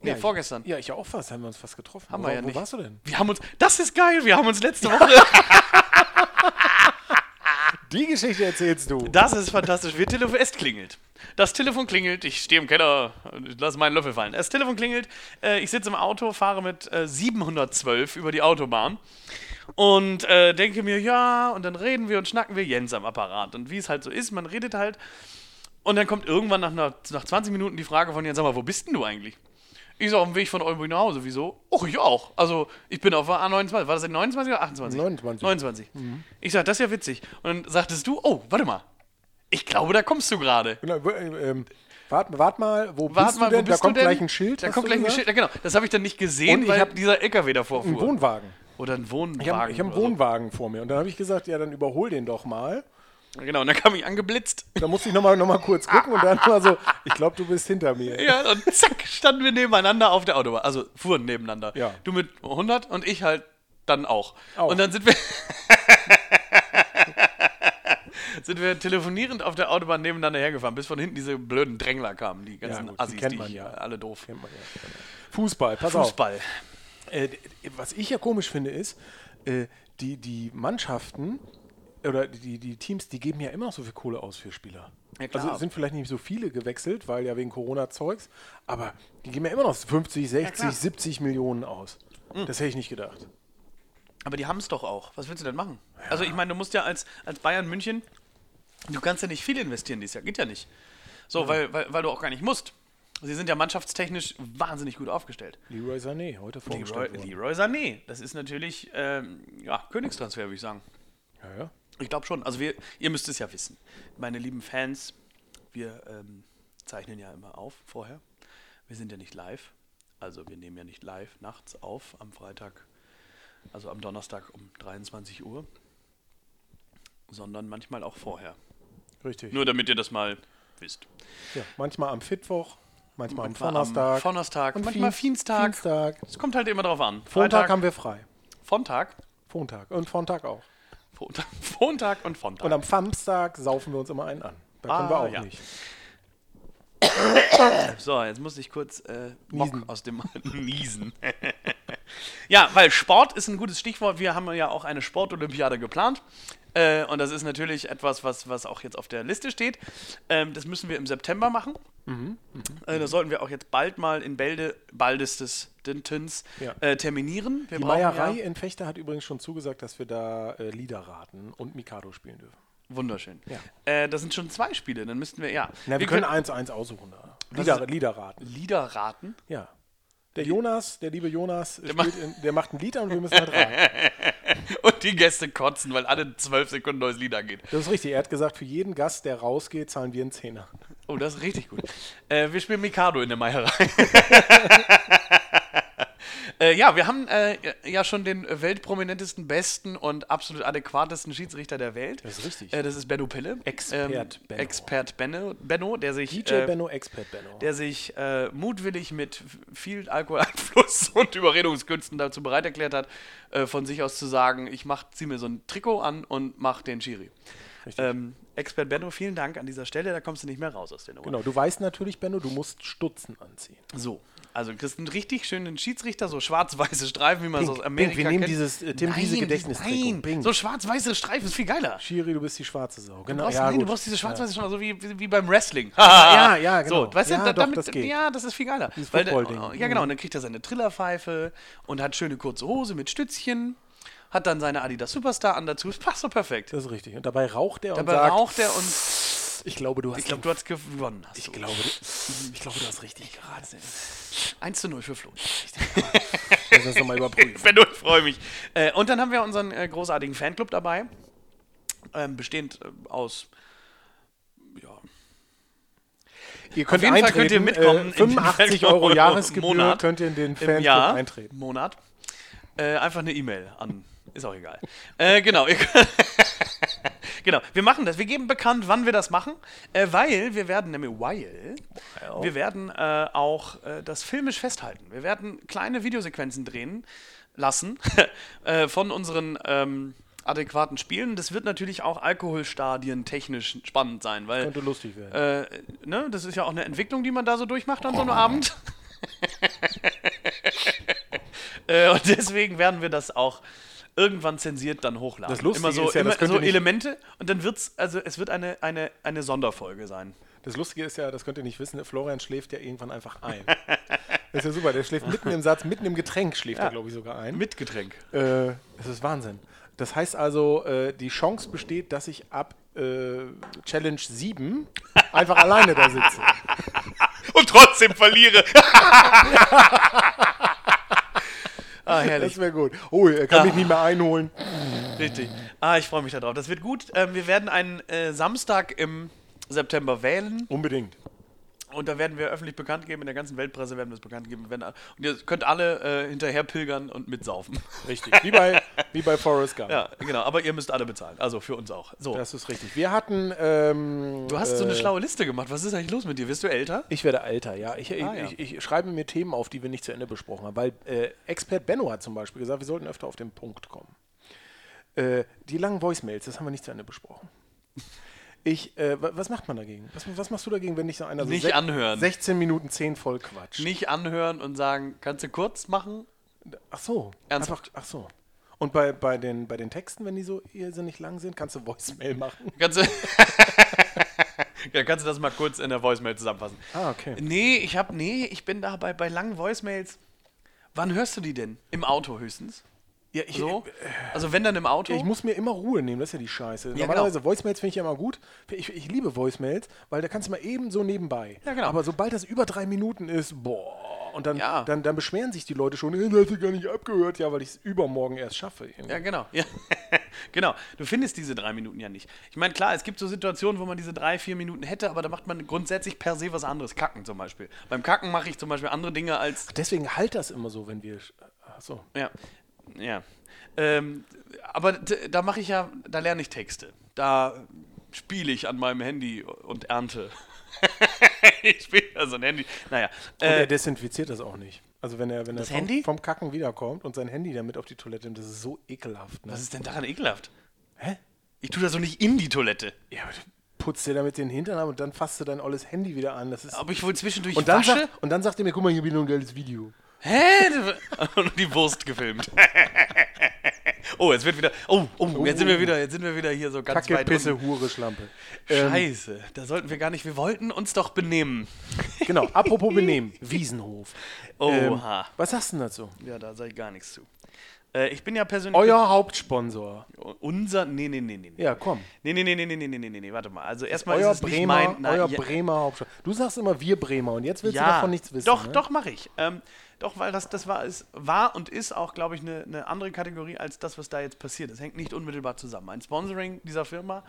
Speaker 3: Nee,
Speaker 2: Ja, ich-
Speaker 3: vorgestern.
Speaker 2: Ja, ich auch was. Haben wir uns fast getroffen.
Speaker 3: Haben
Speaker 2: wo,
Speaker 3: wir ja
Speaker 2: wo
Speaker 3: nicht.
Speaker 2: warst du denn?
Speaker 3: Wir haben uns. Das ist geil. Wir haben uns letzte Woche.
Speaker 2: Die Geschichte erzählst du.
Speaker 3: Das ist fantastisch. Wir Telefon. Es klingelt. Das Telefon klingelt. Ich stehe im Keller. Ich lasse meinen Löffel fallen. Das Telefon klingelt. Äh, ich sitze im Auto, fahre mit äh, 712 über die Autobahn. Und äh, denke mir, ja, und dann reden wir und schnacken wir Jens am Apparat. Und wie es halt so ist, man redet halt. Und dann kommt irgendwann nach, einer, nach 20 Minuten die Frage von Jens, sag mal, wo bist denn du eigentlich? Ich so, auf dem Weg von Oldenburg nach Hause. Wieso? Och, ich auch. Also, ich bin auf der A29. War das denn 29 oder 28?
Speaker 2: 29.
Speaker 3: 29.
Speaker 2: Mhm.
Speaker 3: Ich sag, das ist ja witzig. Und dann sagtest du, oh, warte mal. Ich glaube, da kommst du gerade.
Speaker 2: Genau, wo- ähm, wart, wart mal, wo
Speaker 3: Warte
Speaker 2: bist du denn?
Speaker 3: wo
Speaker 2: da
Speaker 3: bist
Speaker 2: kommt
Speaker 3: du denn?
Speaker 2: gleich ein Schild.
Speaker 3: Da
Speaker 2: hast
Speaker 3: kommt
Speaker 2: du
Speaker 3: gleich ein
Speaker 2: gesagt.
Speaker 3: Schild. Ja, genau. Das habe ich dann nicht gesehen,
Speaker 2: Und ich
Speaker 3: weil
Speaker 2: hab-
Speaker 3: dieser LKW davor fuhr.
Speaker 2: Ein Wohnwagen.
Speaker 3: Oder ein Wohnwagen.
Speaker 2: Ich habe ich hab einen
Speaker 3: oder so.
Speaker 2: Wohnwagen vor mir. Und dann habe ich gesagt, ja, dann überhol den doch mal.
Speaker 3: Genau, und dann kam ich angeblitzt.
Speaker 2: Da musste ich nochmal noch mal kurz gucken und
Speaker 3: [laughs]
Speaker 2: dann war so, ich glaube, du bist hinter mir.
Speaker 3: Ja, und zack, standen wir nebeneinander auf der Autobahn. Also fuhren nebeneinander.
Speaker 2: Ja.
Speaker 3: Du mit 100 und ich halt dann auch.
Speaker 2: Auch.
Speaker 3: Und dann sind wir. [laughs] sind wir telefonierend auf der Autobahn nebeneinander hergefahren, bis von hinten diese blöden Drängler kamen. Die ganzen
Speaker 2: gut, die
Speaker 3: Assis,
Speaker 2: kennt
Speaker 3: die
Speaker 2: man
Speaker 3: ich-
Speaker 2: ja.
Speaker 3: alle doof.
Speaker 2: Fußball, pass auf.
Speaker 3: Fußball.
Speaker 2: Äh, was ich ja komisch finde, ist, äh, die, die Mannschaften oder die, die Teams, die geben ja immer noch so viel Kohle aus für Spieler.
Speaker 3: Ja, klar.
Speaker 2: Also es sind vielleicht nicht so viele gewechselt, weil ja wegen Corona-Zeugs, aber die geben ja immer noch 50, 60,
Speaker 3: klar. Hm.
Speaker 2: 70 Millionen aus. Das hätte ich nicht gedacht.
Speaker 3: Aber die haben es doch auch. Was willst du denn machen? Also ich meine, du musst ja als, als Bayern München, du kannst ja nicht viel investieren dieses Jahr. Geht ja nicht. So, Weil, weil, weil du auch gar nicht musst. Sie sind ja mannschaftstechnisch wahnsinnig gut aufgestellt.
Speaker 2: Leroy Sané, heute
Speaker 3: Leroy,
Speaker 2: vorgestellt worden.
Speaker 3: Leroy Sané, das ist natürlich ähm, ja, Königstransfer, würde ich sagen.
Speaker 2: Ja, ja.
Speaker 3: Ich glaube schon. Also wir, ihr müsst es ja wissen. Meine lieben Fans, wir ähm, zeichnen ja immer auf vorher. Wir sind ja nicht live. Also wir nehmen ja nicht live nachts auf am Freitag, also am Donnerstag um 23 Uhr, sondern manchmal auch vorher.
Speaker 2: Richtig.
Speaker 3: Nur damit ihr das mal wisst.
Speaker 2: Ja, manchmal am Mittwoch, manchmal,
Speaker 3: Manchmal am
Speaker 2: am Donnerstag.
Speaker 3: Donnerstag,
Speaker 2: und
Speaker 3: manchmal
Speaker 2: Fies-
Speaker 3: Dienstag.
Speaker 2: Dienstag.
Speaker 3: Es kommt halt immer drauf an.
Speaker 2: Montag
Speaker 3: Freitag,
Speaker 2: haben wir frei.
Speaker 3: Sonntag,
Speaker 2: Montag und Sonntag auch.
Speaker 3: Montag, Montag und Sonntag.
Speaker 2: Und am Samstag saufen wir uns immer einen an. Da können
Speaker 3: Ah,
Speaker 2: wir auch
Speaker 3: ja.
Speaker 2: nicht.
Speaker 3: [coughs] So, jetzt muss ich kurz äh, Mock
Speaker 2: Niesen.
Speaker 3: aus dem [laughs] Niesen. ja, weil Sport ist ein gutes Stichwort. Wir haben ja auch eine Sportolympiade geplant. Äh, und das ist natürlich etwas, was, was auch jetzt auf der Liste steht. Ähm, das müssen wir im September machen.
Speaker 2: Mhm,
Speaker 3: Äh, das sollten wir auch jetzt bald mal in Bälde, baldestes Dintens
Speaker 2: Ja.
Speaker 3: äh, terminieren. Wir
Speaker 2: Die
Speaker 3: brauchen
Speaker 2: Meierei
Speaker 3: Ja,
Speaker 2: in Fechter hat übrigens schon zugesagt, dass wir da äh, Lieder raten und Mikado spielen dürfen.
Speaker 3: wunderschön.
Speaker 2: Ja.
Speaker 3: Äh, das sind schon zwei Spiele. Dann müssten wir, ja.
Speaker 2: Na, wir, können 1-1 aussuchen. Da. Lieder,
Speaker 3: ist-
Speaker 2: Lieder raten.
Speaker 3: Lieder raten.
Speaker 2: Ja. Der Jonas, der liebe Jonas, der,
Speaker 3: macht-
Speaker 2: spielt in, der macht ein Lied an und wir müssen halt
Speaker 3: [laughs]
Speaker 2: raten.
Speaker 3: Und die Gäste kotzen, weil alle zwölf Sekunden neues Lied angeht.
Speaker 2: Das ist richtig. Er hat gesagt, für jeden Gast, der rausgeht, zahlen wir einen Zehner.
Speaker 3: Oh, das ist richtig gut. Äh, wir spielen Mikado in der Meierei. [laughs] äh, ja, wir haben äh, ja schon den weltprominentesten, besten und absolut adäquatesten Schiedsrichter der Welt.
Speaker 2: Das ist richtig.
Speaker 3: Äh, das ist Benno Pille. Ähm,
Speaker 2: Expert Benno.
Speaker 3: Expert Benno, Benno, der sich,
Speaker 2: DJ
Speaker 3: äh,
Speaker 2: Benno, Expert Benno.
Speaker 3: der sich äh, mutwillig mit viel Alkoholeinfluss [laughs] und Überredungskünsten dazu bereit erklärt hat, äh, von sich aus zu sagen, ich mach, zieh mir so ein Trikot an und mach den Schiri. Ähm, Expert Benno, vielen Dank an dieser Stelle, da kommst du nicht mehr raus aus der Nummer.
Speaker 2: Genau, du weißt natürlich, Benno, du musst Stutzen anziehen.
Speaker 3: So. Also du kriegst einen richtig schönen Schiedsrichter, so schwarz-weiße Streifen, wie man es
Speaker 2: Pink,
Speaker 3: aus Amerika
Speaker 2: Pink, wir nehmen
Speaker 3: kennt.
Speaker 2: dieses, äh, Tim
Speaker 3: Nein,
Speaker 2: Wiese Gedächtnistrikot,
Speaker 3: Nein,
Speaker 2: Pink.
Speaker 3: so schwarz-weiße Streifen ist viel geiler.
Speaker 2: Schiri, du bist die schwarze Sau. Genau,
Speaker 3: brauchst,
Speaker 2: ja,
Speaker 3: nein,
Speaker 2: gut.
Speaker 3: du brauchst diese
Speaker 2: ja.
Speaker 3: schwarz-weiße Streifen, so wie, wie, wie beim
Speaker 2: [laughs]
Speaker 3: Wrestling.
Speaker 2: Ja, ja, genau.
Speaker 3: So, weißt
Speaker 2: Ja,
Speaker 3: du, da,
Speaker 2: doch,
Speaker 3: damit,
Speaker 2: das geht.
Speaker 3: ja, das ist viel geiler.
Speaker 2: Dieses
Speaker 3: Weil, der-
Speaker 2: Football-Ding. Mhm.
Speaker 3: ja, genau, und dann kriegt er seine Trillerpfeife und hat schöne kurze Hose mit Stützchen, hat dann seine Adidas Superstar an dazu, es passt so perfekt.
Speaker 2: Das ist richtig. Und dabei raucht er und
Speaker 3: Dabei
Speaker 2: sagt,
Speaker 3: raucht er und
Speaker 2: ich glaube, du hast
Speaker 3: ich glaube, du hast gewonnen. Hast
Speaker 2: ich
Speaker 3: du.
Speaker 2: glaube, du, ich glaube, du hast richtig geraten.
Speaker 3: 1 zu 0 für Flo. [laughs]
Speaker 2: Ich muss das nochmal überprüfen.
Speaker 3: Benno, ich freue mich. Äh, und dann haben wir unseren äh, großartigen Fanclub dabei. Ähm, bestehend äh, aus. Ja.
Speaker 2: Ihr könnt
Speaker 3: Auf jeden Fall
Speaker 2: eintreten.
Speaker 3: könnt ihr mitkommen in
Speaker 2: Äh,
Speaker 3: den
Speaker 2: 85 Euro
Speaker 3: Monat.
Speaker 2: Jahresgebühr könnt ihr in den
Speaker 3: Im
Speaker 2: Fanclub
Speaker 3: Jahr,
Speaker 2: eintreten.
Speaker 3: Monat. Äh, einfach eine E-Mail an. Ist auch egal. Äh, genau. ihr könnt- [laughs] genau. Wir machen das. Wir geben bekannt, wann wir das machen, äh, weil wir werden nämlich, weil wir werden äh, auch äh, das filmisch festhalten. Wir werden kleine Videosequenzen drehen lassen [laughs] äh, von unseren ähm, adäquaten Spielen. Das wird natürlich auch Alkoholstadien technisch spannend sein, weil
Speaker 2: Könnte lustig werden.
Speaker 3: äh, ne, das ist ja auch eine Entwicklung, die man da so durchmacht an so
Speaker 2: [laughs]
Speaker 3: einem Abend. äh, und deswegen werden wir das auch irgendwann zensiert dann hochladen.
Speaker 2: Das Lustige
Speaker 3: immer so,
Speaker 2: ist ja,
Speaker 3: immer
Speaker 2: das könnt
Speaker 3: so
Speaker 2: ihr nicht-
Speaker 3: Elemente und dann wird's, also es wird eine, eine, eine Sonderfolge sein.
Speaker 2: Das Lustige ist ja, das könnt ihr nicht wissen, Florian schläft ja irgendwann einfach
Speaker 3: [laughs]
Speaker 2: ein. Das ist ja super. Der schläft mitten im Satz, mitten im Getränk schläft er, glaube ich, sogar ein.
Speaker 3: Mit Getränk.
Speaker 2: Äh, das ist Wahnsinn. Das heißt also, äh, die Chance besteht, dass ich ab äh, Challenge 7 einfach alleine da sitze.
Speaker 3: Und trotzdem
Speaker 2: [laughs]
Speaker 3: verliere. ah, [laughs] herrlich.
Speaker 2: Das wäre gut. Oh, er kann mich nicht mehr einholen.
Speaker 3: Richtig. Ah, ich freue mich darauf. Das wird gut. Ähm, wir werden einen äh, Samstag im September wählen.
Speaker 2: Unbedingt.
Speaker 3: Und da werden wir öffentlich bekannt geben, in der ganzen Weltpresse werden wir es bekannt geben. Wenn, und ihr könnt alle äh, hinterher pilgern und mitsaufen.
Speaker 2: Richtig. Wie bei, wie bei Forrest Gump.
Speaker 3: Ja, genau. Aber ihr müsst alle bezahlen. Also für uns auch. So.
Speaker 2: Das ist richtig. Wir hatten. Ähm,
Speaker 3: du hast so
Speaker 2: äh,
Speaker 3: eine schlaue Liste gemacht. Was ist eigentlich los mit dir? Wirst du älter?
Speaker 2: Ich werde älter, ja. Ich,
Speaker 3: Ah, ja.
Speaker 2: ich, ich, ich schreibe mir Themen auf, die wir nicht zu Ende besprochen haben. Weil äh, Expert Benno hat zum Beispiel gesagt, wir sollten öfter auf den Punkt kommen. Äh, die langen Voicemails, das haben wir nicht zu Ende besprochen. Ich, äh, wa- was macht man dagegen? Was, was machst du dagegen, wenn dich so einer so
Speaker 3: Nicht
Speaker 2: sech-
Speaker 3: anhören.
Speaker 2: 16 Minuten 10 voll quatscht?
Speaker 3: Nicht anhören und sagen, kannst du kurz machen?
Speaker 2: Ach so.
Speaker 3: Ernsthaft?
Speaker 2: Einfach, ach so. Und bei, bei, den, bei den Texten, wenn die so irrsinnig lang sind, kannst du Voicemail machen.
Speaker 3: Kannst du, [laughs] ja, kannst du das mal kurz in der Voicemail zusammenfassen?
Speaker 2: Ah, okay.
Speaker 3: Nee, ich hab, nee, ich bin dabei bei langen Voicemails. Wann hörst du die denn? Im Auto höchstens?
Speaker 2: Ja, ich, äh,
Speaker 3: So? Also wenn dann im Auto? genau.
Speaker 2: ich muss mir immer Ruhe nehmen, das ist ja die Scheiße. Normalerweise Voicemails finde ich ja immer gut. Ich, ich liebe Voicemails, weil da kannst du mal eben so nebenbei.
Speaker 3: Ja, genau.
Speaker 2: Aber sobald das über drei Minuten ist, boah, und dann,
Speaker 3: Ja.
Speaker 2: dann, dann beschweren sich die Leute schon, hey, du hast ja gar nicht abgehört. Ja, weil ich es übermorgen erst schaffe. irgendwie.
Speaker 3: Ja, genau. Ja. [laughs] genau. Du findest diese drei Minuten ja nicht. Ich meine, klar, es gibt so Situationen, wo man diese drei, vier Minuten hätte, aber da macht man grundsätzlich per se was anderes. Kacken zum Beispiel. Beim Kacken mache ich zum Beispiel andere Dinge als.
Speaker 2: Deswegen halt das immer so, wenn wir. Ach so.
Speaker 3: Ja. Ja. Ähm, aber d- da mache ich ja, da lerne ich Texte. Da spiele ich an meinem Handy und ernte. [laughs] ich spiele ja so ein Handy. Naja.
Speaker 2: Und
Speaker 3: Äh,
Speaker 2: er desinfiziert das auch nicht. Also wenn er, wenn er vom,
Speaker 3: Handy?
Speaker 2: vom Kacken wiederkommt und sein Handy damit auf die Toilette nimmt, das ist so ekelhaft. Ne?
Speaker 3: was ist denn daran ekelhaft?
Speaker 2: Hä?
Speaker 3: Ich tue das so nicht in die Toilette.
Speaker 2: Ja, aber du putzt dir damit den Hintern ab und dann fasst du dein olles Handy wieder an. Das ist
Speaker 3: Aber ich wohl zwischendurch
Speaker 2: und, dann
Speaker 3: wasche.
Speaker 2: sagt, und dann sagt er mir, guck mal, hier bin ich ein geiles Video.
Speaker 3: Hä? [laughs] Und die Wurst gefilmt. [laughs] Oh, jetzt wird wieder. Oh, oh, jetzt sind wir wieder, jetzt sind wir wieder hier so ganz
Speaker 2: Kacke,
Speaker 3: weit
Speaker 2: Pisse,
Speaker 3: unten.
Speaker 2: Hure, Schlampe.
Speaker 3: Scheiße, da sollten wir gar nicht. Wir wollten uns doch benehmen.
Speaker 2: Genau, apropos
Speaker 3: [laughs]
Speaker 2: Benehmen, Wiesenhof. Ähm,
Speaker 3: Oha.
Speaker 2: was sagst du denn dazu?
Speaker 3: Ja, da sage ich gar nichts zu. Äh, ich bin ja persönlich.
Speaker 2: Euer Hauptsponsor.
Speaker 3: Unser. Nee, nee, nee, nee. nee.
Speaker 2: Ja, komm.
Speaker 3: Nee, nee, nee, nee, nee, nee, nee, nee, nee, nee, warte mal. Also erstmal
Speaker 2: Euer
Speaker 3: ist es nicht
Speaker 2: Bremer,
Speaker 3: mein. Nein,
Speaker 2: euer
Speaker 3: ja,
Speaker 2: Bremer Hauptsponsor. Du sagst immer, wir Bremer und jetzt willst du davon nichts wissen.
Speaker 3: Doch,
Speaker 2: ne?
Speaker 3: doch, mache ich. Ähm, doch, weil das, das war, ist, war und ist auch, glaube ich, eine eine andere Kategorie als das, was da jetzt passiert. Das hängt nicht unmittelbar zusammen. Ein Sponsoring dieser Firma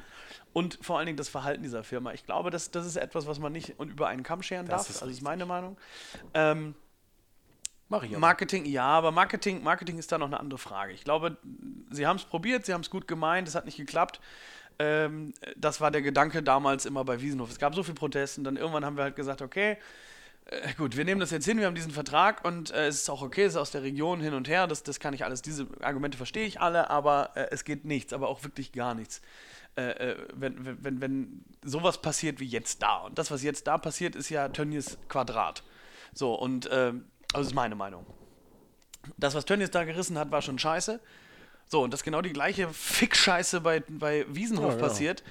Speaker 3: und vor allen Dingen das Verhalten dieser Firma. Ich glaube, das, das ist etwas, was man nicht und über einen Kamm scheren
Speaker 2: Das
Speaker 3: darf.
Speaker 2: ist
Speaker 3: also ist meine Meinung. Ähm,
Speaker 2: Mach ich aber.
Speaker 3: Marketing, ja, aber Marketing, Marketing ist da noch eine andere Frage. Ich glaube, sie haben es probiert, sie haben es gut gemeint, es hat nicht geklappt. Ähm, das war der Gedanke damals immer bei Wiesenhof. Es gab so viele Proteste und dann irgendwann haben wir halt gesagt, okay, äh, gut, wir nehmen das jetzt hin, wir haben diesen Vertrag und äh, es ist auch okay, es ist aus der Region hin und her, das, das kann ich alles, diese Argumente verstehe ich alle, aber äh, es geht nichts, aber auch wirklich gar nichts. Äh, äh, wenn, wenn- wenn, wenn sowas passiert wie jetzt da. Und das, was jetzt da passiert, ist ja Tönnies Quadrat. So, und ähm, also das ist meine Meinung das, was Tönnies da gerissen hat, war schon scheiße. So, und das ist genau die gleiche Fick-Scheiße bei, bei Wiesenhof
Speaker 2: Ja, ja.
Speaker 3: passiert.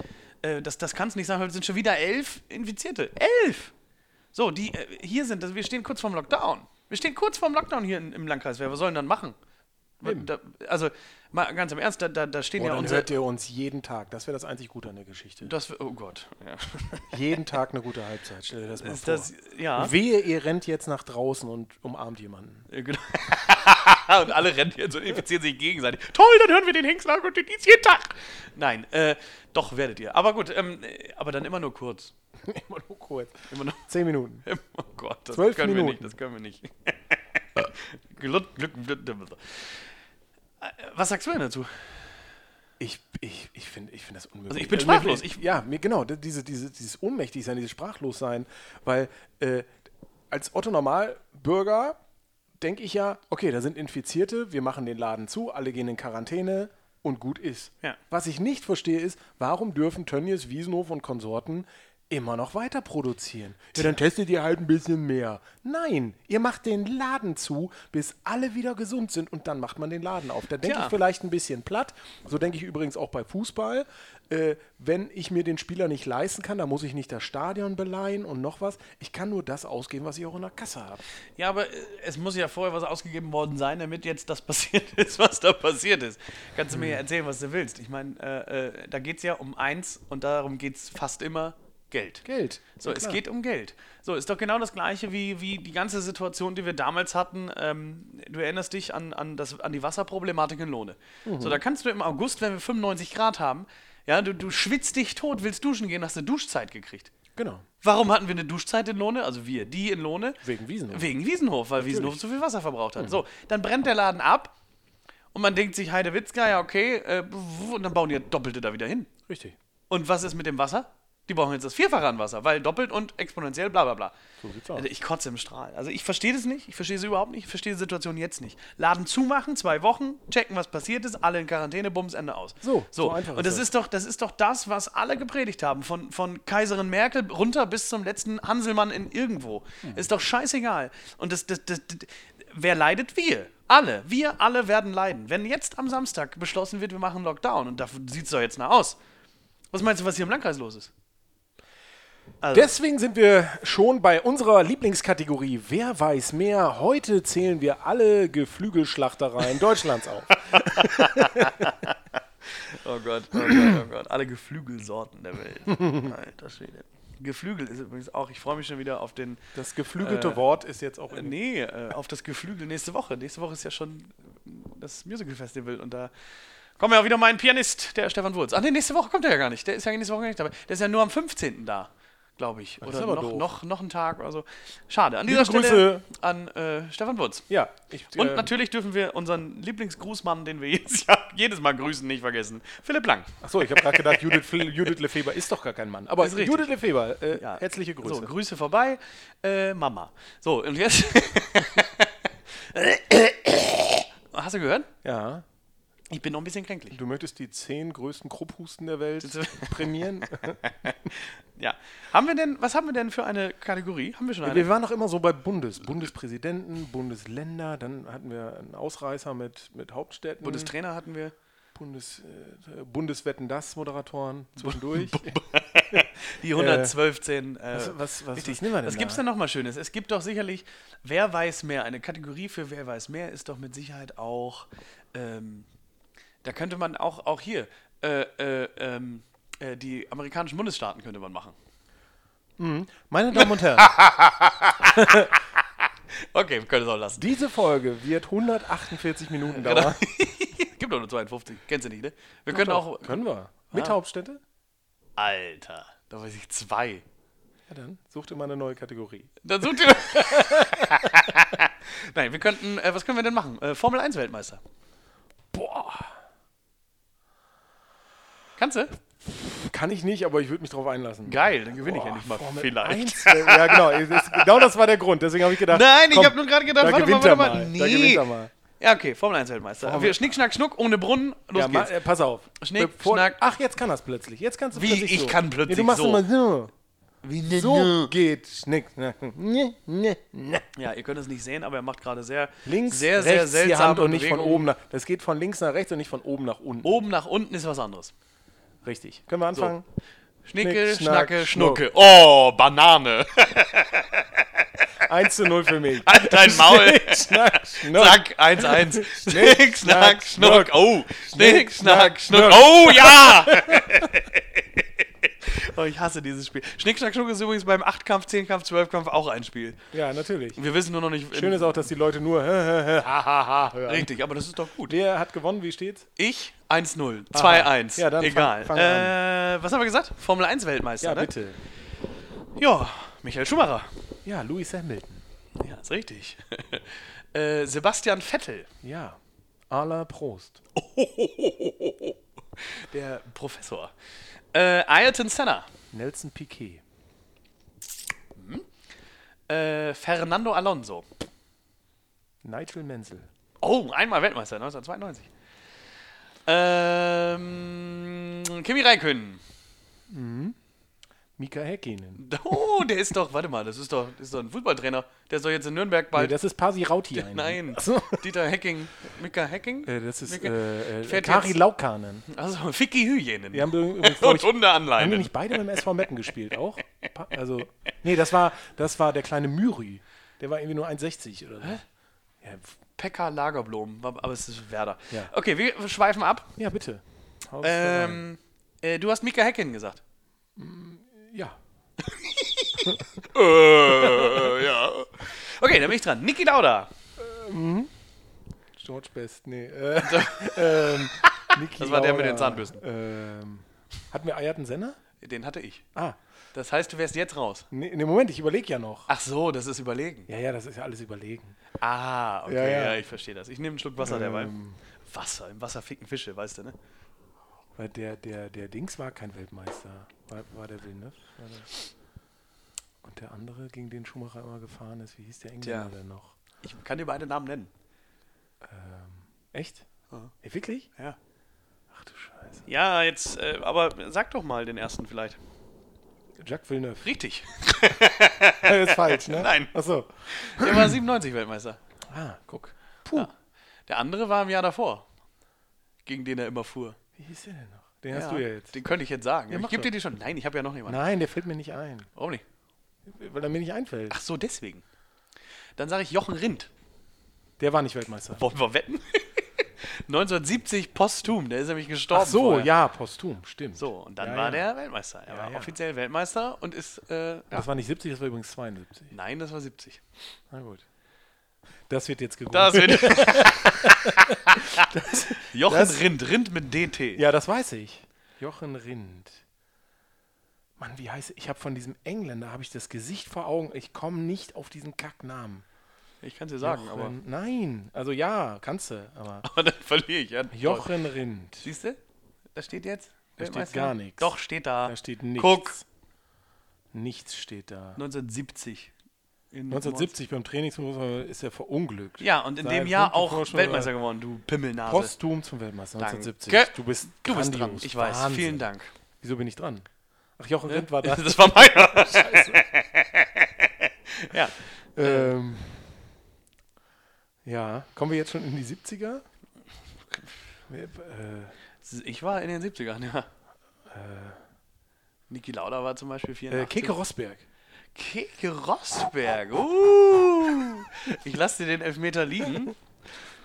Speaker 3: Äh, das das kann es nicht sein, weil es sind schon wieder elf Infizierte. Elf! So, die äh, hier sind, also wir stehen kurz vorm Lockdown. Wir stehen kurz vorm Lockdown hier in, im Landkreis. Wer was soll denn dann machen? Da, also, mal ganz im Ernst, da, da, da stehen
Speaker 2: Boah,
Speaker 3: ja
Speaker 2: dann
Speaker 3: unsere.
Speaker 2: hört ihr uns jeden Tag. Das wäre das einzig Gute an der Geschichte.
Speaker 3: Das, oh Gott. Ja.
Speaker 2: Jeden Tag eine gute Halbzeit. Stell dir das mal
Speaker 3: [laughs] Ist
Speaker 2: vor.
Speaker 3: das, ja.
Speaker 2: Wehe, ihr rennt jetzt nach draußen und umarmt jemanden. [laughs]
Speaker 3: Ja, genau. [laughs] und alle rennen jetzt und infizieren sich gegenseitig. Toll, dann hören wir den Hengst nach und den dies jeden Tag. Nein, äh, doch werdet ihr. Aber gut, ähm, äh, aber dann immer nur kurz.
Speaker 2: Immer nur kurz.
Speaker 3: Immer nur, [laughs]
Speaker 2: Zehn Minuten.
Speaker 3: oh Gott, das
Speaker 2: Zwölf
Speaker 3: können wir
Speaker 2: Minuten.
Speaker 3: nicht, das können wir nicht. [laughs] Glück, Glück, Glück, Glück. Äh, Was sagst du denn dazu?
Speaker 2: Ich, ich, ich finde ich find das unmöglich.
Speaker 3: Also ich bin
Speaker 2: mir-
Speaker 3: sprachlos. Ich-
Speaker 2: ja, mir, genau. d- Diese, diese, dieses Ohnmächtigsein, dieses Sprachlossein. Weil äh, als Otto-Normalbürger denke ich ja, okay, da sind Infizierte, wir machen den Laden zu, alle gehen in Quarantäne und gut ist.
Speaker 3: Ja.
Speaker 2: Was ich nicht verstehe ist, warum dürfen Tönnies, Wiesenhof und Konsorten immer noch weiter produzieren? Ja, dann testet ihr halt ein bisschen mehr. Nein, ihr macht den Laden zu, bis alle wieder gesund sind und dann macht man den Laden auf. Da denke
Speaker 3: Tja.
Speaker 2: ich vielleicht ein bisschen platt. So denke ich übrigens auch bei Fußball. Äh, wenn ich mir den Spieler nicht leisten kann, dann muss ich nicht das Stadion beleihen und noch was. Ich kann nur das ausgeben, was ich auch in der Kasse habe.
Speaker 3: Ja, aber äh, es muss ja vorher was ausgegeben worden sein, damit jetzt das [laughs] passiert ist, was da passiert ist. Kannst du
Speaker 2: Hm.
Speaker 3: mir ja erzählen, was du willst. Ich meine, äh, äh, da geht es ja um eins und darum geht es fast immer Geld.
Speaker 2: Geld.
Speaker 3: So,
Speaker 2: Ja,
Speaker 3: es
Speaker 2: klar.
Speaker 3: geht um Geld. So, ist doch genau das gleiche wie, wie die ganze Situation, die wir damals hatten. Ähm, du erinnerst dich an, an, das, an die Wasserproblematik in Lohne.
Speaker 2: Mhm.
Speaker 3: So, da kannst du im August, wenn wir 95 Grad haben, ja, du, du schwitzt dich tot, willst duschen gehen, hast eine Duschzeit gekriegt.
Speaker 2: Genau.
Speaker 3: Warum hatten wir eine Duschzeit in Lohne? Also wir, die in Lohne.
Speaker 2: Wegen Wiesenhof. Mhm.
Speaker 3: Wegen Wiesenhof, weil Wiesenhof zu viel Wasser verbraucht hat. So, dann brennt der Laden ab und man denkt sich, Heide Witzka, ja okay, äh, und dann bauen die das Doppelte da wieder hin.
Speaker 2: Richtig.
Speaker 3: Und was ist mit dem Wasser? Die brauchen jetzt das Vierfache an Wasser, weil doppelt und exponentiell, bla bla bla.
Speaker 2: So sieht's aus.
Speaker 3: Also ich kotze im Strahl. Also ich verstehe das nicht, ich verstehe es überhaupt nicht, ich verstehe die Situation jetzt nicht. Laden zumachen, zwei Wochen, checken, was passiert ist, alle in Quarantäne, Bums, Ende aus.
Speaker 2: So,
Speaker 3: so.
Speaker 2: so einfach ist
Speaker 3: und das
Speaker 2: das.
Speaker 3: ist, doch, das ist doch das, was alle gepredigt haben, von, von Kaiserin Merkel
Speaker 2: Mhm.
Speaker 3: runter bis zum letzten Hanselmann in irgendwo. Ist doch scheißegal. Und das, das, das, das wer leidet? Wir. Alle. Wir alle werden leiden. Wenn jetzt am Samstag beschlossen wird, wir machen Lockdown, und davon sieht es doch jetzt nach aus. Was meinst du, was hier im Landkreis los ist? Also,
Speaker 2: Deswegen sind wir schon bei unserer Lieblingskategorie Wer weiß mehr. Heute zählen wir alle Geflügelschlachtereien Deutschlands auf.
Speaker 3: oh Gott, oh Gott, oh Gott. Alle Geflügelsorten der Welt.
Speaker 2: [laughs]
Speaker 3: Alter Schwede. Geflügel ist übrigens auch, ich freue mich schon wieder auf den
Speaker 2: [laughs] Das geflügelte Wort ist jetzt auch in
Speaker 3: Nee, äh, auf das Geflügel nächste Woche. Nächste Woche ist ja schon äh, das Musical Festival und da kommt ja auch wieder mein Pianist, der Stefan Wurz. Ach nee, nächste Woche kommt er ja gar nicht. Der ist ja nächste Woche gar nicht dabei. Der ist ja nur am 15. da, glaube ich. Oder
Speaker 2: ist aber
Speaker 3: noch,
Speaker 2: doof.
Speaker 3: noch, noch einen Tag oder so. Schade. An
Speaker 2: Liebe
Speaker 3: dieser Stelle
Speaker 2: Grüße.
Speaker 3: an äh, Stefan Wurz.
Speaker 2: Ja, ich,
Speaker 3: Und
Speaker 2: äh,
Speaker 3: natürlich dürfen wir unseren Lieblingsgrußmann, den wir [laughs] jedes, Jahr, jedes Mal grüßen, nicht vergessen. Philipp Lang.
Speaker 2: Achso, ich habe gerade gedacht, Judith, Fl- Judith Lefeber ist doch gar kein Mann. Aber
Speaker 3: Ist richtig.
Speaker 2: Judith Lefeber, äh,
Speaker 3: Ja.
Speaker 2: herzliche Grüße.
Speaker 3: So, Grüße vorbei. Äh, Mama. So,
Speaker 2: [laughs]
Speaker 3: und jetzt. Hast du gehört?
Speaker 2: ja,
Speaker 3: Ich bin noch ein bisschen kränklich.
Speaker 2: du möchtest die zehn größten Krupphusten der Welt [laughs]
Speaker 3: Jetzt-
Speaker 2: prämieren?
Speaker 3: Ja. Haben wir denn, was haben wir denn für eine Kategorie? Haben wir schon eine?
Speaker 2: Wir waren noch immer so bei Bundes, Bundespräsidenten, Bundesländer, dann hatten wir einen Ausreißer mit, mit Hauptstädten,
Speaker 3: Bundestrainer hatten wir.
Speaker 2: Bundes, äh, Bundeswetten das Moderatoren zwischendurch.
Speaker 3: Die 112, 10. Äh,
Speaker 2: was- was- was nehmen wir denn
Speaker 3: Was
Speaker 2: da?
Speaker 3: gibt's denn nochmal Schönes? Es gibt doch sicherlich, wer weiß mehr? Eine Kategorie für wer weiß mehr ist doch mit Sicherheit auch, ähm, da könnte man auch, auch hier, äh, äh, ähm, äh, die amerikanischen Bundesstaaten könnte man machen.
Speaker 2: Meine Damen und Herren, [laughs]
Speaker 3: Okay, wir können es auch lassen.
Speaker 2: diese Folge wird 148 Minuten
Speaker 3: Genau.
Speaker 2: dauern.
Speaker 3: gibt doch nur 52. Kennst du nicht, ne? Wir können auch.
Speaker 2: Können wir. Mit Hauptstädte?
Speaker 3: Alter, da weiß ich zwei.
Speaker 2: Ja, dann sucht immer eine neue Kategorie.
Speaker 3: Dann sucht ihr. [laughs] Nein, wir könnten. Äh, was können wir denn machen? Äh, Formel 1 Weltmeister.
Speaker 2: Boah.
Speaker 3: Kannst du?
Speaker 2: Kann ich nicht, aber ich würde mich drauf einlassen.
Speaker 3: Geil, dann gewinne ich
Speaker 2: Boah,
Speaker 3: endlich mal.
Speaker 2: Formel 1,
Speaker 3: Vielleicht.
Speaker 2: äh, ja, genau. es ist- genau das war der Grund. Deswegen habe ich gedacht.
Speaker 3: Nein, ich
Speaker 2: komm,
Speaker 3: habe nur gerade gedacht,
Speaker 2: da
Speaker 3: warte mal,
Speaker 2: gewinnt
Speaker 3: warte
Speaker 2: er
Speaker 3: mal.
Speaker 2: mal.
Speaker 3: Nee.
Speaker 2: Da gewinnt er mal.
Speaker 3: [laughs] Ja, okay, Formel 1 Weltmeister.
Speaker 2: Formel-
Speaker 3: Wir schnick, schnack, schnuck, ohne Brunnen. Los
Speaker 2: Ja, ma,
Speaker 3: geht's.
Speaker 2: äh, pass auf.
Speaker 3: Schnick,
Speaker 2: Bevor-
Speaker 3: schnack.
Speaker 2: Ach, jetzt kann das plötzlich. Jetzt kannst du
Speaker 3: Wie,
Speaker 2: plötzlich
Speaker 3: ich
Speaker 2: so.
Speaker 3: kann plötzlich
Speaker 2: nee, du machst
Speaker 3: so.
Speaker 2: immer so.
Speaker 3: Wie
Speaker 2: So geht Schnick. schnack. Ne, ne, ne.
Speaker 3: Ja, ihr könnt es nicht sehen, aber er macht gerade sehr,
Speaker 2: Links,
Speaker 3: sehr, sehr
Speaker 2: rechts die Hand
Speaker 3: seltsame
Speaker 2: und nicht von
Speaker 3: Bewegungen.
Speaker 2: oben nach. Das geht von links nach rechts und nicht von oben nach unten.
Speaker 3: Oben nach unten ist was anderes.
Speaker 2: Richtig. Können wir anfangen?
Speaker 3: Schnicke,
Speaker 2: Schnick, schnack,
Speaker 3: Schnacke, Schnucke. Oh, Banane. [laughs]
Speaker 2: 1 zu 0 für mich.
Speaker 3: Halt dein
Speaker 2: [laughs]
Speaker 3: Maul.
Speaker 2: schnack, schnuck.
Speaker 3: Schnack, 1-1. Schnick, Schnack,
Speaker 2: schnack,
Speaker 3: Schnuck.
Speaker 2: schnuck.
Speaker 3: Oh, Schnick,
Speaker 2: Schnick, schnack,
Speaker 3: Schnack, Schnuck.
Speaker 2: schnuck.
Speaker 3: Oh, ja! Oh, ich hasse dieses Spiel. Schnick, Schnack, Schnuck ist übrigens beim 8-Kampf, 10-Kampf, 12-Kampf auch ein Spiel.
Speaker 2: Ja, natürlich.
Speaker 3: Wir wissen nur noch nicht.
Speaker 2: Schön ist auch, dass die Leute nur.
Speaker 3: Hahaha. Richtig, aber das ist doch gut.
Speaker 2: Wer hat gewonnen? Wie steht's?
Speaker 3: Ich 1-0, 2-1.
Speaker 2: Ja, dann fang-
Speaker 3: Egal.
Speaker 2: fang
Speaker 3: äh, was haben wir gesagt? Formel 1 Weltmeister, ne?
Speaker 2: bitte.
Speaker 3: Ja, Michael Schumacher.
Speaker 2: Ja, Louis Hamilton.
Speaker 3: Ja, ist richtig. [laughs] äh, Sebastian Vettel.
Speaker 2: Ja. Ala Prost.
Speaker 3: Der Professor. Äh, Ayrton Senna.
Speaker 2: Nelson Piquet.
Speaker 3: Äh, Fernando Alonso.
Speaker 2: Nigel Mansell.
Speaker 3: Oh, einmal Weltmeister, 1992. Ähm, Kimi Räikkönen.
Speaker 2: Mika Häkkinen.
Speaker 3: Oh, der ist doch, warte mal, das ist doch, das ist doch ein Fußballtrainer. Der ist doch jetzt in Nürnberg
Speaker 2: Nee,
Speaker 3: bald.
Speaker 2: Äh, das ist Pasi Rauti. eigentlich.
Speaker 3: Nein,
Speaker 2: Ach so.
Speaker 3: Dieter Hecking. Mika Hecking?
Speaker 2: Äh, Das ist
Speaker 3: Mika-
Speaker 2: äh, äh,
Speaker 3: Fährt
Speaker 2: Kari
Speaker 3: jetzt-
Speaker 2: Laukanen.
Speaker 3: Also, Ficky Hyjenen.
Speaker 2: Die haben
Speaker 3: [laughs]
Speaker 2: übrigens, glaub
Speaker 3: Und
Speaker 2: ich,
Speaker 3: Hunde
Speaker 2: haben die
Speaker 3: anleinen.
Speaker 2: nicht beide beim SV Meppen gespielt auch? Pa- Also, nee, das war, das war der kleine Myri. Der war irgendwie nur 1,60 oder so. Ja, pf-
Speaker 3: Pekka Lagerblom, war- aber es ist Werder.
Speaker 2: Ja.
Speaker 3: Okay, wir schweifen ab.
Speaker 2: ja, bitte. Haus-
Speaker 3: Ähm, äh, du hast Mika Hecking gesagt.
Speaker 2: ja.
Speaker 3: äh, ja. Okay, dann bin ich dran. Niki Lauda.
Speaker 2: George Best, nee.
Speaker 3: [laughs]
Speaker 2: Äh, ähm, Niki
Speaker 3: Das war der mit
Speaker 2: Lauda.
Speaker 3: den Zahnbürsten.
Speaker 2: Ähm, hatten wir Ayrton Senna?
Speaker 3: Den hatte ich.
Speaker 2: Ah,
Speaker 3: Das heißt, du wärst jetzt raus.
Speaker 2: nee, nee Moment, ich überlege ja noch.
Speaker 3: Ach so, das ist überlegen.
Speaker 2: Ja, ja, das ist ja alles überlegen.
Speaker 3: Ah, okay, ja,
Speaker 2: Ja, Ähm. ja.
Speaker 3: ich verstehe das. Ich nehme einen Schluck Wasser derweil. Wasser, im Wasser ficken Fische, weißt du, ne?
Speaker 2: Weil der, der, der Dings war kein Weltmeister. War, war der Villeneuve? War der und der andere, gegen den Schumacher immer gefahren ist, wie hieß der Engländer
Speaker 3: Tja.
Speaker 2: denn noch?
Speaker 3: Ich kann dir beide Namen nennen.
Speaker 2: Echt?
Speaker 3: Ja.
Speaker 2: Ey, wirklich?
Speaker 3: Ja.
Speaker 2: Ach du Scheiße.
Speaker 3: Ja, jetzt, äh, aber sag doch mal den ersten vielleicht.
Speaker 2: Jacques Villeneuve.
Speaker 3: Richtig.
Speaker 2: Das [laughs] ist falsch, ne?
Speaker 3: Nein.
Speaker 2: Achso.
Speaker 3: Der war 97 Weltmeister.
Speaker 2: Ah, guck. Puh.
Speaker 3: Der andere war im Jahr davor, gegen den er immer fuhr.
Speaker 2: Wie hieß der denn noch? Den hast du ja jetzt.
Speaker 3: Den könnte ich jetzt sagen.
Speaker 2: Ja,
Speaker 3: ich
Speaker 2: mach
Speaker 3: gebe
Speaker 2: doch.
Speaker 3: dir die schon. Nein, ich habe ja noch jemanden.
Speaker 2: Nein, der fällt mir nicht ein.
Speaker 3: Warum nicht?
Speaker 2: Weil er mir nicht einfällt.
Speaker 3: Ach so, deswegen. Dann sage ich Jochen Rindt.
Speaker 2: Der war nicht Weltmeister.
Speaker 3: Wollen wir [laughs] wetten? 1970 posthum, der ist nämlich gestorben.
Speaker 2: Ach so,
Speaker 3: vorher.
Speaker 2: ja, posthum, stimmt.
Speaker 3: So, und dann
Speaker 2: Ja,
Speaker 3: war
Speaker 2: ja.
Speaker 3: der Weltmeister. Er
Speaker 2: Ja,
Speaker 3: war
Speaker 2: ja.
Speaker 3: offiziell Weltmeister und ist. Äh,
Speaker 2: Das war nicht 70, das war übrigens 72.
Speaker 3: Nein, das war 70.
Speaker 2: Na gut. Das wird jetzt gegoogelt.
Speaker 3: Das wird. [laughs] Jochen
Speaker 2: das-
Speaker 3: Rind, Rind mit DT.
Speaker 2: Ja, das weiß ich. Jochen Rindt. Mann, wie heißt Ich habe von diesem Engländer, habe ich das Gesicht vor Augen. Ich komme nicht auf diesen Kacknamen.
Speaker 3: Ich kann es dir sagen, aber,
Speaker 2: Jochen- Nein, also ja, kannst du, aber
Speaker 3: aber dann verliere ich. Ja. Toll.
Speaker 2: Jochen Rindt.
Speaker 3: Siehst du? Da steht jetzt. Da
Speaker 2: steht gar nichts.
Speaker 3: Doch, steht da.
Speaker 2: Da steht nichts.
Speaker 3: Guck.
Speaker 2: Nichts steht da.
Speaker 3: 1970. In
Speaker 2: 1970 beim Trainingsmodus ist er verunglückt.
Speaker 3: Ja, und in
Speaker 2: Sei
Speaker 3: dem Jahr
Speaker 2: Punkt
Speaker 3: auch
Speaker 2: bevor schon-
Speaker 3: Weltmeister geworden, du Pimmelnase.
Speaker 2: Posthum zum Weltmeister
Speaker 3: Danke.
Speaker 2: 1970. Du bist
Speaker 3: du bist dran.
Speaker 2: grandios.
Speaker 3: Ich weiß.
Speaker 2: Wahnsinn.
Speaker 3: Vielen Dank.
Speaker 2: Wieso bin ich dran? Ach, Jochen Rindt
Speaker 3: [laughs]
Speaker 2: war das.
Speaker 3: Das war meiner. ja.
Speaker 2: ähm, ja, kommen wir jetzt schon in die 70er? Äh,
Speaker 3: Ich war in den 70ern, ja. Niki Lauda war zum Beispiel
Speaker 2: Äh,
Speaker 3: 84.
Speaker 2: Keke Rosberg.
Speaker 3: Keke Rosberg. Uh. Ich lasse dir den Elfmeter liegen.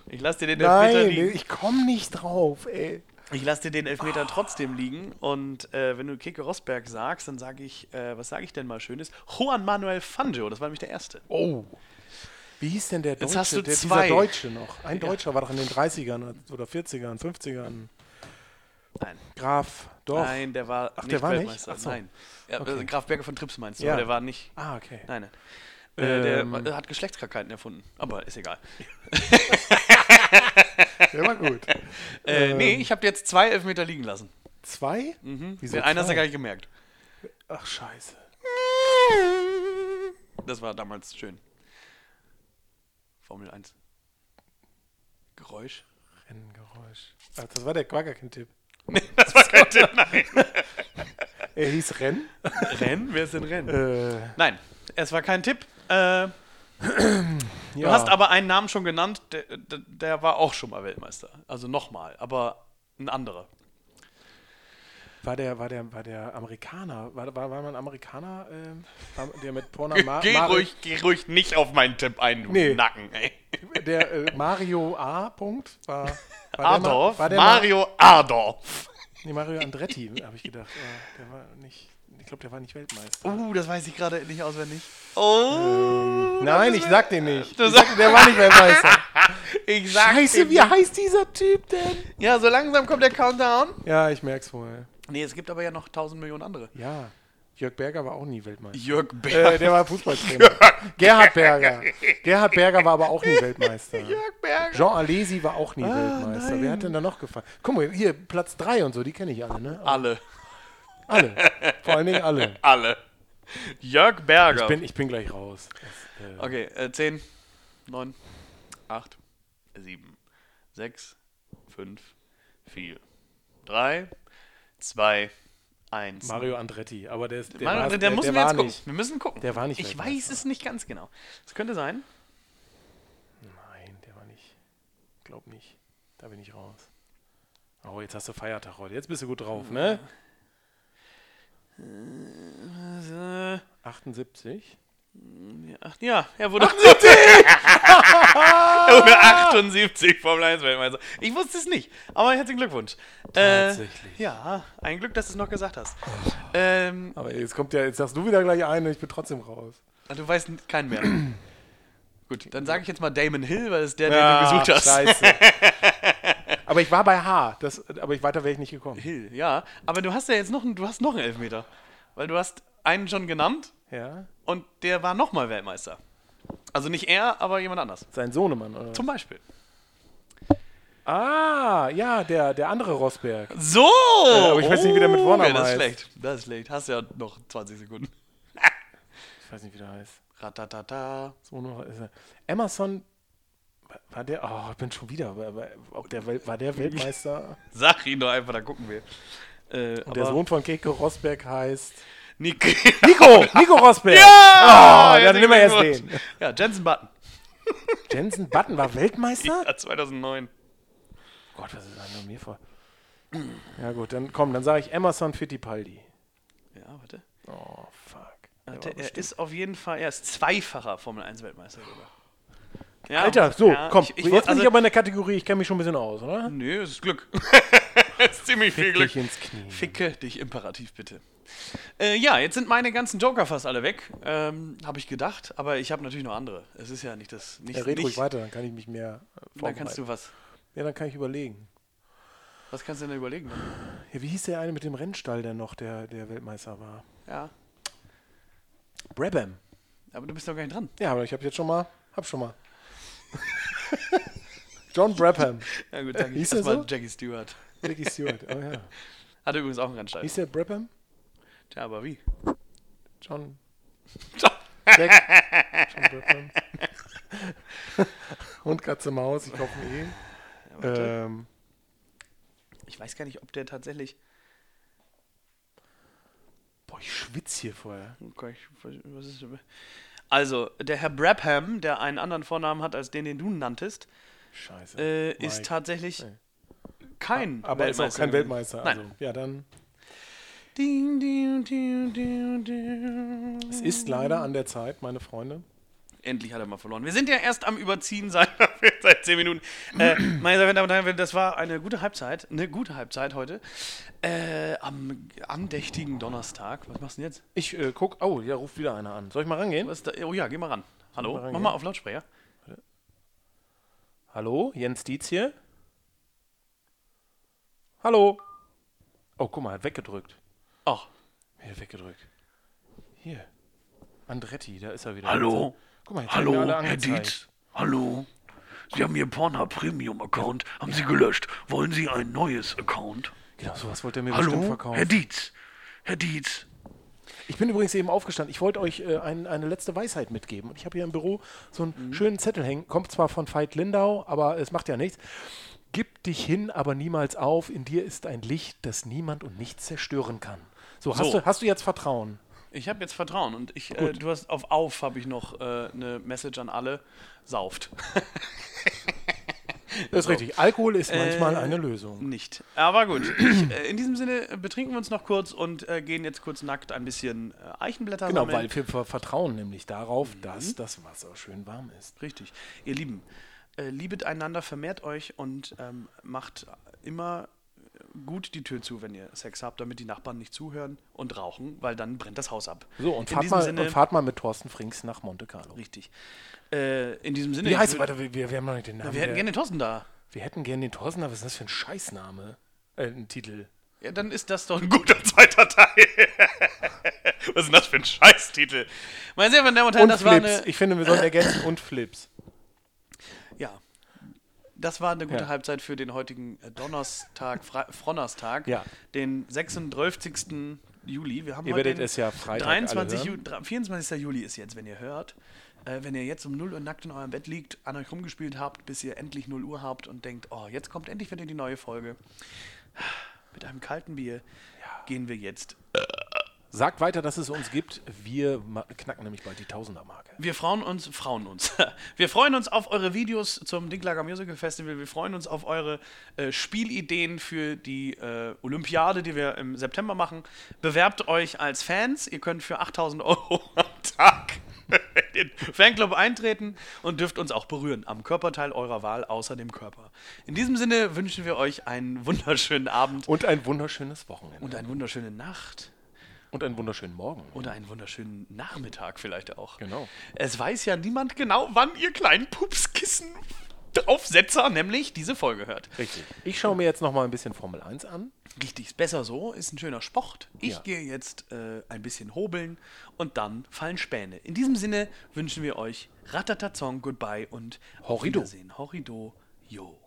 Speaker 3: Ich lasse dir den Elfmeter
Speaker 2: Nein,
Speaker 3: liegen.
Speaker 2: ich komme nicht drauf, ey.
Speaker 3: Ich lasse dir den Elfmeter trotzdem liegen. Und äh, wenn du Keke Rosberg sagst, dann sage ich, äh, was sage ich denn mal Schönes? Juan Manuel Fangio, das war nämlich der Erste.
Speaker 2: Oh. Wie hieß denn der Deutsche?
Speaker 3: Jetzt hast du
Speaker 2: der,
Speaker 3: zwei.
Speaker 2: Dieser Deutsche noch. Ein Deutscher war doch in den 30ern oder 40ern, 50ern.
Speaker 3: Nein.
Speaker 2: Graf, doch.
Speaker 3: Nein, der war
Speaker 2: Ach,
Speaker 3: nicht
Speaker 2: der war nicht?
Speaker 3: Weltmeister.
Speaker 2: Ach so.
Speaker 3: Nein. Ja,
Speaker 2: Okay.
Speaker 3: also Graf Berger von Trips meinst du,
Speaker 2: Ja.
Speaker 3: aber der war nicht.
Speaker 2: Ah, okay.
Speaker 3: Nein, nein. Äh,
Speaker 2: Ähm.
Speaker 3: Der hat Geschlechtskrankheiten erfunden. Aber ist egal.
Speaker 2: Der war gut.
Speaker 3: Äh, nee, ich habe jetzt zwei Elfmeter liegen lassen.
Speaker 2: Zwei? Wieso
Speaker 3: Den einen hast du
Speaker 2: zwei?
Speaker 3: gar nicht gemerkt.
Speaker 2: Ach, scheiße.
Speaker 3: Das war damals schön. Formel 1. Geräusch. [laughs]
Speaker 2: Renngeräusch. Ach, das war der Quacker-Tipp.
Speaker 3: Das war kein Tipp, nein.
Speaker 2: Er hieß Renn?
Speaker 3: Rennen? Wer ist denn Rennen?
Speaker 2: Äh,
Speaker 3: Nein, es war kein Tipp. [clears throat] Äh, du
Speaker 2: ja.
Speaker 3: hast aber einen Namen schon genannt, der, der, der war auch schon mal Weltmeister. Also nochmal, aber ein anderer.
Speaker 2: War der, war der, war der Amerikaner, war, war, war man Amerikaner, ähm, war, der mit Porna Ma
Speaker 3: geh,
Speaker 2: Mari-
Speaker 3: ruhig, geh ruhig nicht auf meinen Tipp ein, du
Speaker 2: Nee.
Speaker 3: Nacken, ey.
Speaker 2: Der äh, Mario A. Punkt war, war der Ma-
Speaker 3: Adorf,
Speaker 2: war der Ma-
Speaker 3: Mario Adorf.
Speaker 2: Nee, Mario Andretti, habe ich gedacht. Aber der war nicht, ich glaube, der war nicht Weltmeister.
Speaker 3: Uh, das weiß ich gerade nicht auswendig. Oh,
Speaker 2: Nein, ich sag den nicht.
Speaker 3: Du
Speaker 2: Ich sag,
Speaker 3: sag-
Speaker 2: der war nicht
Speaker 3: [laughs]
Speaker 2: Weltmeister.
Speaker 3: ich sag
Speaker 2: Scheiße,
Speaker 3: dir-
Speaker 2: wie heißt dieser Typ denn?
Speaker 3: Äh. Ja, so langsam kommt der Countdown.
Speaker 2: Ja, ich merk's wohl.
Speaker 3: Nee, es gibt aber ja noch tausend Millionen andere.
Speaker 2: Ja. Jörg Berger war auch nie Weltmeister.
Speaker 3: Jörg
Speaker 2: Äh,
Speaker 3: Berg.
Speaker 2: der war Fußballtrainer. Gerhard Berger. Gerhard Berger war aber auch nie Weltmeister.
Speaker 3: Jörg Berg.
Speaker 2: Jean Alesi war auch nie
Speaker 3: Ah,
Speaker 2: Weltmeister. Wer hat denn da noch gefallen? Guck mal, hier Platz 3 und so, die kenne ich alle, ne?
Speaker 3: Alle.
Speaker 2: Alle. Vor allen Dingen alle.
Speaker 3: Alle. Jörg Berger.
Speaker 2: Ich bin, ich bin gleich raus. Das, äh,
Speaker 3: okay, äh, 10, 9, 8, 7, 6, 5, 4, 3, 2, 1.
Speaker 2: äh, Mario Andretti, aber der ist der,
Speaker 3: Mario,
Speaker 2: war,
Speaker 3: der,
Speaker 2: der,
Speaker 3: müssen
Speaker 2: der
Speaker 3: wir
Speaker 2: war
Speaker 3: jetzt gucken.
Speaker 2: nicht.
Speaker 3: Wir müssen gucken.
Speaker 2: Der war nicht
Speaker 3: Ich
Speaker 2: Weltmeister.
Speaker 3: weiß es nicht ganz genau. Es könnte sein.
Speaker 2: Nein, der war nicht. Glaub nicht. Da bin ich raus. Oh, jetzt hast du Feiertag heute. Jetzt bist du gut drauf, ne?
Speaker 3: Mhm. Äh,
Speaker 2: 78.
Speaker 3: Ach, ja, er [laughs] wurde 78! er wurde 78 Formel 1 Weltmeister. Ich wusste es nicht, aber herzlichen Glückwunsch.
Speaker 2: Tatsächlich. Oh.
Speaker 3: Äh, ja, ein Glück, dass du es noch gesagt hast. Ähm,
Speaker 2: Aber jetzt kommt ja, jetzt sagst du wieder gleich einen und ich bin trotzdem raus.
Speaker 3: du weißt n- keinen mehr. Gut, dann sage ich jetzt mal Damon Hill, weil es der,
Speaker 2: Ah,
Speaker 3: den du gesucht hast.
Speaker 2: Scheiße.
Speaker 3: [laughs]
Speaker 2: aber ich war bei H. Das, aber ich weiter wäre ich nicht gekommen.
Speaker 3: Hill, ja. Aber du hast ja jetzt noch einen, du hast noch einen Elfmeter. Weil du hast einen schon genannt
Speaker 2: Ja.
Speaker 3: und der war nochmal Weltmeister. Also nicht er, aber jemand anders.
Speaker 2: Sein Sohnemann, oder?
Speaker 3: Zum Beispiel.
Speaker 2: ah, ja, der, der andere Rosberg.
Speaker 3: So!
Speaker 2: Äh,
Speaker 3: Oh,
Speaker 2: aber ich weiß nicht, wie der mit Vornamen
Speaker 3: Das ist
Speaker 2: heißt.
Speaker 3: schlecht. Das ist schlecht. Hast ja noch 20 Sekunden.
Speaker 2: Ich weiß nicht, wie der heißt.
Speaker 3: Ratatata.
Speaker 2: So noch ist er. Emerson, war der, oh, ich bin schon wieder, aber- aber ob der, Wel- war der Weltmeister?
Speaker 3: Sag ihn doch einfach, da gucken wir. Äh,
Speaker 2: Und der
Speaker 3: aber-
Speaker 2: Sohn von Keke Rosberg heißt.
Speaker 3: Nico. [laughs]
Speaker 2: Nico! Nico Rosberg!
Speaker 3: Ja!
Speaker 2: Oh, dann
Speaker 3: Herzlichen
Speaker 2: nimm mal erst
Speaker 3: Glückwunsch.
Speaker 2: den. Ah.
Speaker 3: Ja, Jensen Button.
Speaker 2: Jensen Button war Weltmeister?
Speaker 3: Ja, 2009.
Speaker 2: Gott, was ist da nur mir vor? Ja gut, dann komm, dann sage ich Emerson Fittipaldi.
Speaker 3: Ja, warte.
Speaker 2: Oh, fuck. Der
Speaker 3: Warte,
Speaker 2: war
Speaker 3: er
Speaker 2: bestimmt-
Speaker 3: ist auf jeden Fall, er ist zweifacher Formel 1 Weltmeister sogar. Ja,
Speaker 2: Alter, so,
Speaker 3: ja,
Speaker 2: komm.
Speaker 3: Ich, ich,
Speaker 2: jetzt bin
Speaker 3: also,
Speaker 2: ich aber in der Kategorie, ich kenne mich schon ein bisschen aus, oder?
Speaker 3: Nö, es ist [laughs] Glück. es ist ziemlich viel Glück.
Speaker 2: Dich ins Knie.
Speaker 3: Ficke dich imperativ, bitte. Äh, ja, jetzt sind meine ganzen Joker fast alle weg. Ähm, habe ich gedacht, aber ich habe natürlich noch andere. Es ist ja nicht das. Nicht,
Speaker 2: Ja, red ruhig
Speaker 3: nicht,
Speaker 2: weiter, dann kann ich mich mehr äh,
Speaker 3: dann
Speaker 2: vorbereiten.
Speaker 3: kannst du was.
Speaker 2: ja, dann kann ich überlegen.
Speaker 3: Was kannst du denn da überlegen?
Speaker 2: Ja, wie hieß der eine mit dem Rennstall, der noch der, der Weltmeister war?
Speaker 3: Ja,
Speaker 2: Brabham.
Speaker 3: aber du bist noch gar nicht dran.
Speaker 2: Ja, aber ich habe jetzt schon mal, hab schon mal. [laughs] John Brabham,
Speaker 3: Ja, [laughs] gut, danke.
Speaker 2: Hieß
Speaker 3: Hieß
Speaker 2: er
Speaker 3: das war
Speaker 2: so?
Speaker 3: Jackie Stewart.
Speaker 2: Ricky Stewart. Oh ja.
Speaker 3: Hatte übrigens auch einen Rennstall.
Speaker 2: Hieß der Brabham?
Speaker 3: Ja, aber wie?
Speaker 2: John.
Speaker 3: John.
Speaker 2: Jack. John [laughs] Brabham. Und Katze Maus, ich hoffe eh. Ähm,
Speaker 3: Ich weiß gar nicht, ob der tatsächlich.
Speaker 2: boah, ich schwitze hier vorher.
Speaker 3: Okay, ich weiß- was ist- Also, der Herr Brabham, der einen anderen Vornamen hat als den, den du nanntest,
Speaker 2: Scheiße.
Speaker 3: äh,
Speaker 2: Mike.
Speaker 3: ist tatsächlich
Speaker 2: Nee.
Speaker 3: kein
Speaker 2: Aber ist auch kein
Speaker 3: gewesen.
Speaker 2: Weltmeister.
Speaker 3: Nein.
Speaker 2: Also, ja, dann.
Speaker 3: Ding, ding, ding, ding, ding.
Speaker 2: Es ist leider an der Zeit, meine Freunde.
Speaker 3: Endlich hat er mal verloren. Wir sind ja erst am Überziehen [laughs] seit, seit 10 Minuten.
Speaker 2: [clears throat]
Speaker 3: Äh, meine Damen und Herren, das war eine gute Halbzeit. Eine gute Halbzeit heute. Äh, am andächtigen Donnerstag. Was machst du denn jetzt?
Speaker 2: Ich äh, guck. Oh, ja, ruft wieder einer an. Soll ich mal rangehen?
Speaker 3: Was ist da? Oh ja, geh mal ran. Hallo?
Speaker 2: Mal
Speaker 3: Mach
Speaker 2: reingehen.
Speaker 3: mal auf Lautsprecher.
Speaker 2: Hallo, Jens Dietz hier. Hallo. Oh, guck mal, weggedrückt.
Speaker 3: Oh.
Speaker 2: Hier weggedrückt. Hier. Andretti, da ist er wieder.
Speaker 4: Hallo?
Speaker 2: Guck mal, jetzt werden wir
Speaker 4: Hallo,
Speaker 2: alle
Speaker 4: Herr
Speaker 2: angezeigt.
Speaker 4: Dietz. Hallo. Sie haben Ihren Pornhub Premium Account, haben Sie gelöscht. Wollen Sie ein neues Account?
Speaker 2: Genau, sowas wollte er mir bestimmt
Speaker 4: Hallo,
Speaker 2: verkaufen.
Speaker 4: Herr Dietz. Herr Dietz.
Speaker 2: Ich bin übrigens eben aufgestanden. Ich wollte euch äh, ein, eine letzte Weisheit mitgeben. Und ich habe hier im Büro so einen
Speaker 4: Mhm.
Speaker 2: schönen Zettel hängen. Kommt zwar von Veit Lindau, aber es macht ja nichts. Gib dich hin, aber niemals auf. In dir ist ein Licht, das niemand und nichts zerstören kann. So, hast,
Speaker 3: So.
Speaker 2: Du, hast du jetzt Vertrauen?
Speaker 3: Ich habe jetzt Vertrauen und ich, äh, du hast auf Auf habe ich noch äh, eine Message an alle. Sauft. [laughs]
Speaker 2: Das ist richtig. Alkohol ist
Speaker 3: Äh,
Speaker 2: manchmal eine Lösung.
Speaker 3: Nicht. Aber gut. Ich, äh, in diesem Sinne äh, betrinken wir uns noch kurz und äh, gehen jetzt kurz nackt ein bisschen äh, Eichenblätter
Speaker 2: Genau,
Speaker 3: sammeln.
Speaker 2: weil wir ver- vertrauen nämlich darauf,
Speaker 3: Mhm.
Speaker 2: dass das Wasser schön warm ist.
Speaker 3: Richtig. Ihr Lieben, äh, liebet einander, vermehrt euch und ähm, macht immer gut die Tür zu, wenn ihr Sex habt, damit die Nachbarn nicht zuhören und rauchen, weil dann brennt das Haus ab.
Speaker 2: So, und
Speaker 3: in
Speaker 2: fahrt,
Speaker 3: diesem
Speaker 2: mal,
Speaker 3: Sinne,
Speaker 2: und fahrt mal mit Thorsten Frings nach Monte Carlo.
Speaker 3: richtig. Äh, in diesem Sinne.
Speaker 2: Wie heißt
Speaker 3: ich
Speaker 2: er?
Speaker 3: würd-
Speaker 2: Warte, wir, wir wir haben noch nicht den Namen.
Speaker 3: Wir hätten
Speaker 2: Der-
Speaker 3: gerne den Thorsten da.
Speaker 2: wir hätten gerne den Thorsten, aber was ist das für ein Scheißname? Äh, ein Titel.
Speaker 3: Ja, dann ist das doch ein guter [laughs] zweiter Teil. Was ist denn das für ein Scheißtitel? Meine sehr verehrten Damen und Herren,
Speaker 2: Und
Speaker 3: das
Speaker 2: Flips.
Speaker 3: war eine.
Speaker 2: Ich finde, wir sollten ergänzen und Flips.
Speaker 3: Ja. Das war eine gute
Speaker 2: Ja.
Speaker 3: Halbzeit für den heutigen äh, Donnerstag, Fre Fronnerstag,
Speaker 2: Ja.
Speaker 3: den 36. Juli. Wir haben
Speaker 2: Ihr
Speaker 3: heute
Speaker 2: werdet
Speaker 3: den
Speaker 2: es ja Freitag alle
Speaker 3: 23
Speaker 2: hören.
Speaker 3: Ju dra- 24. Juli ist jetzt, wenn ihr hört. Äh, wenn ihr jetzt um 0 Uhr nackt in eurem Bett liegt, an euch rumgespielt habt, bis ihr endlich 0 Uhr habt und denkt, oh, jetzt kommt endlich wieder die neue Folge. Mit einem kalten Bier gehen wir jetzt.
Speaker 2: Sagt weiter, dass es uns gibt. Wir ma- knacken nämlich bald die Tausender-Marke.
Speaker 3: Wir freuen uns, frauen uns. [laughs] Wir freuen uns auf eure Videos zum Dinklager Musical Festival. Wir freuen uns auf eure äh, Spielideen für die äh, Olympiade, die wir im September machen. Bewerbt euch als Fans. Ihr könnt für 8000 Euro [laughs] am Tag in den Fanclub eintreten und dürft uns auch berühren am Körperteil eurer Wahl außer dem Körper. In diesem Sinne wünschen wir euch einen wunderschönen Abend
Speaker 2: Und ein wunderschönes Wochenende.
Speaker 3: und eine wunderschöne Nacht.
Speaker 2: Und einen wunderschönen Morgen.
Speaker 3: Oder einen wunderschönen Nachmittag vielleicht auch.
Speaker 2: Genau.
Speaker 3: Es weiß ja niemand genau, wann ihr kleinen Pupskissen-Aufsetzer nämlich diese Folge hört.
Speaker 2: Richtig. Ich schaue mir jetzt noch mal ein bisschen Formel 1 an.
Speaker 3: Richtig, ist besser so, ist ein schöner Sport. Ich
Speaker 2: Ja.
Speaker 3: gehe jetzt äh, ein bisschen hobeln und dann fallen Späne. In diesem Sinne wünschen wir euch Ratatazong, Goodbye und auf
Speaker 2: Horrido.
Speaker 3: Wiedersehen. Horrido, yo.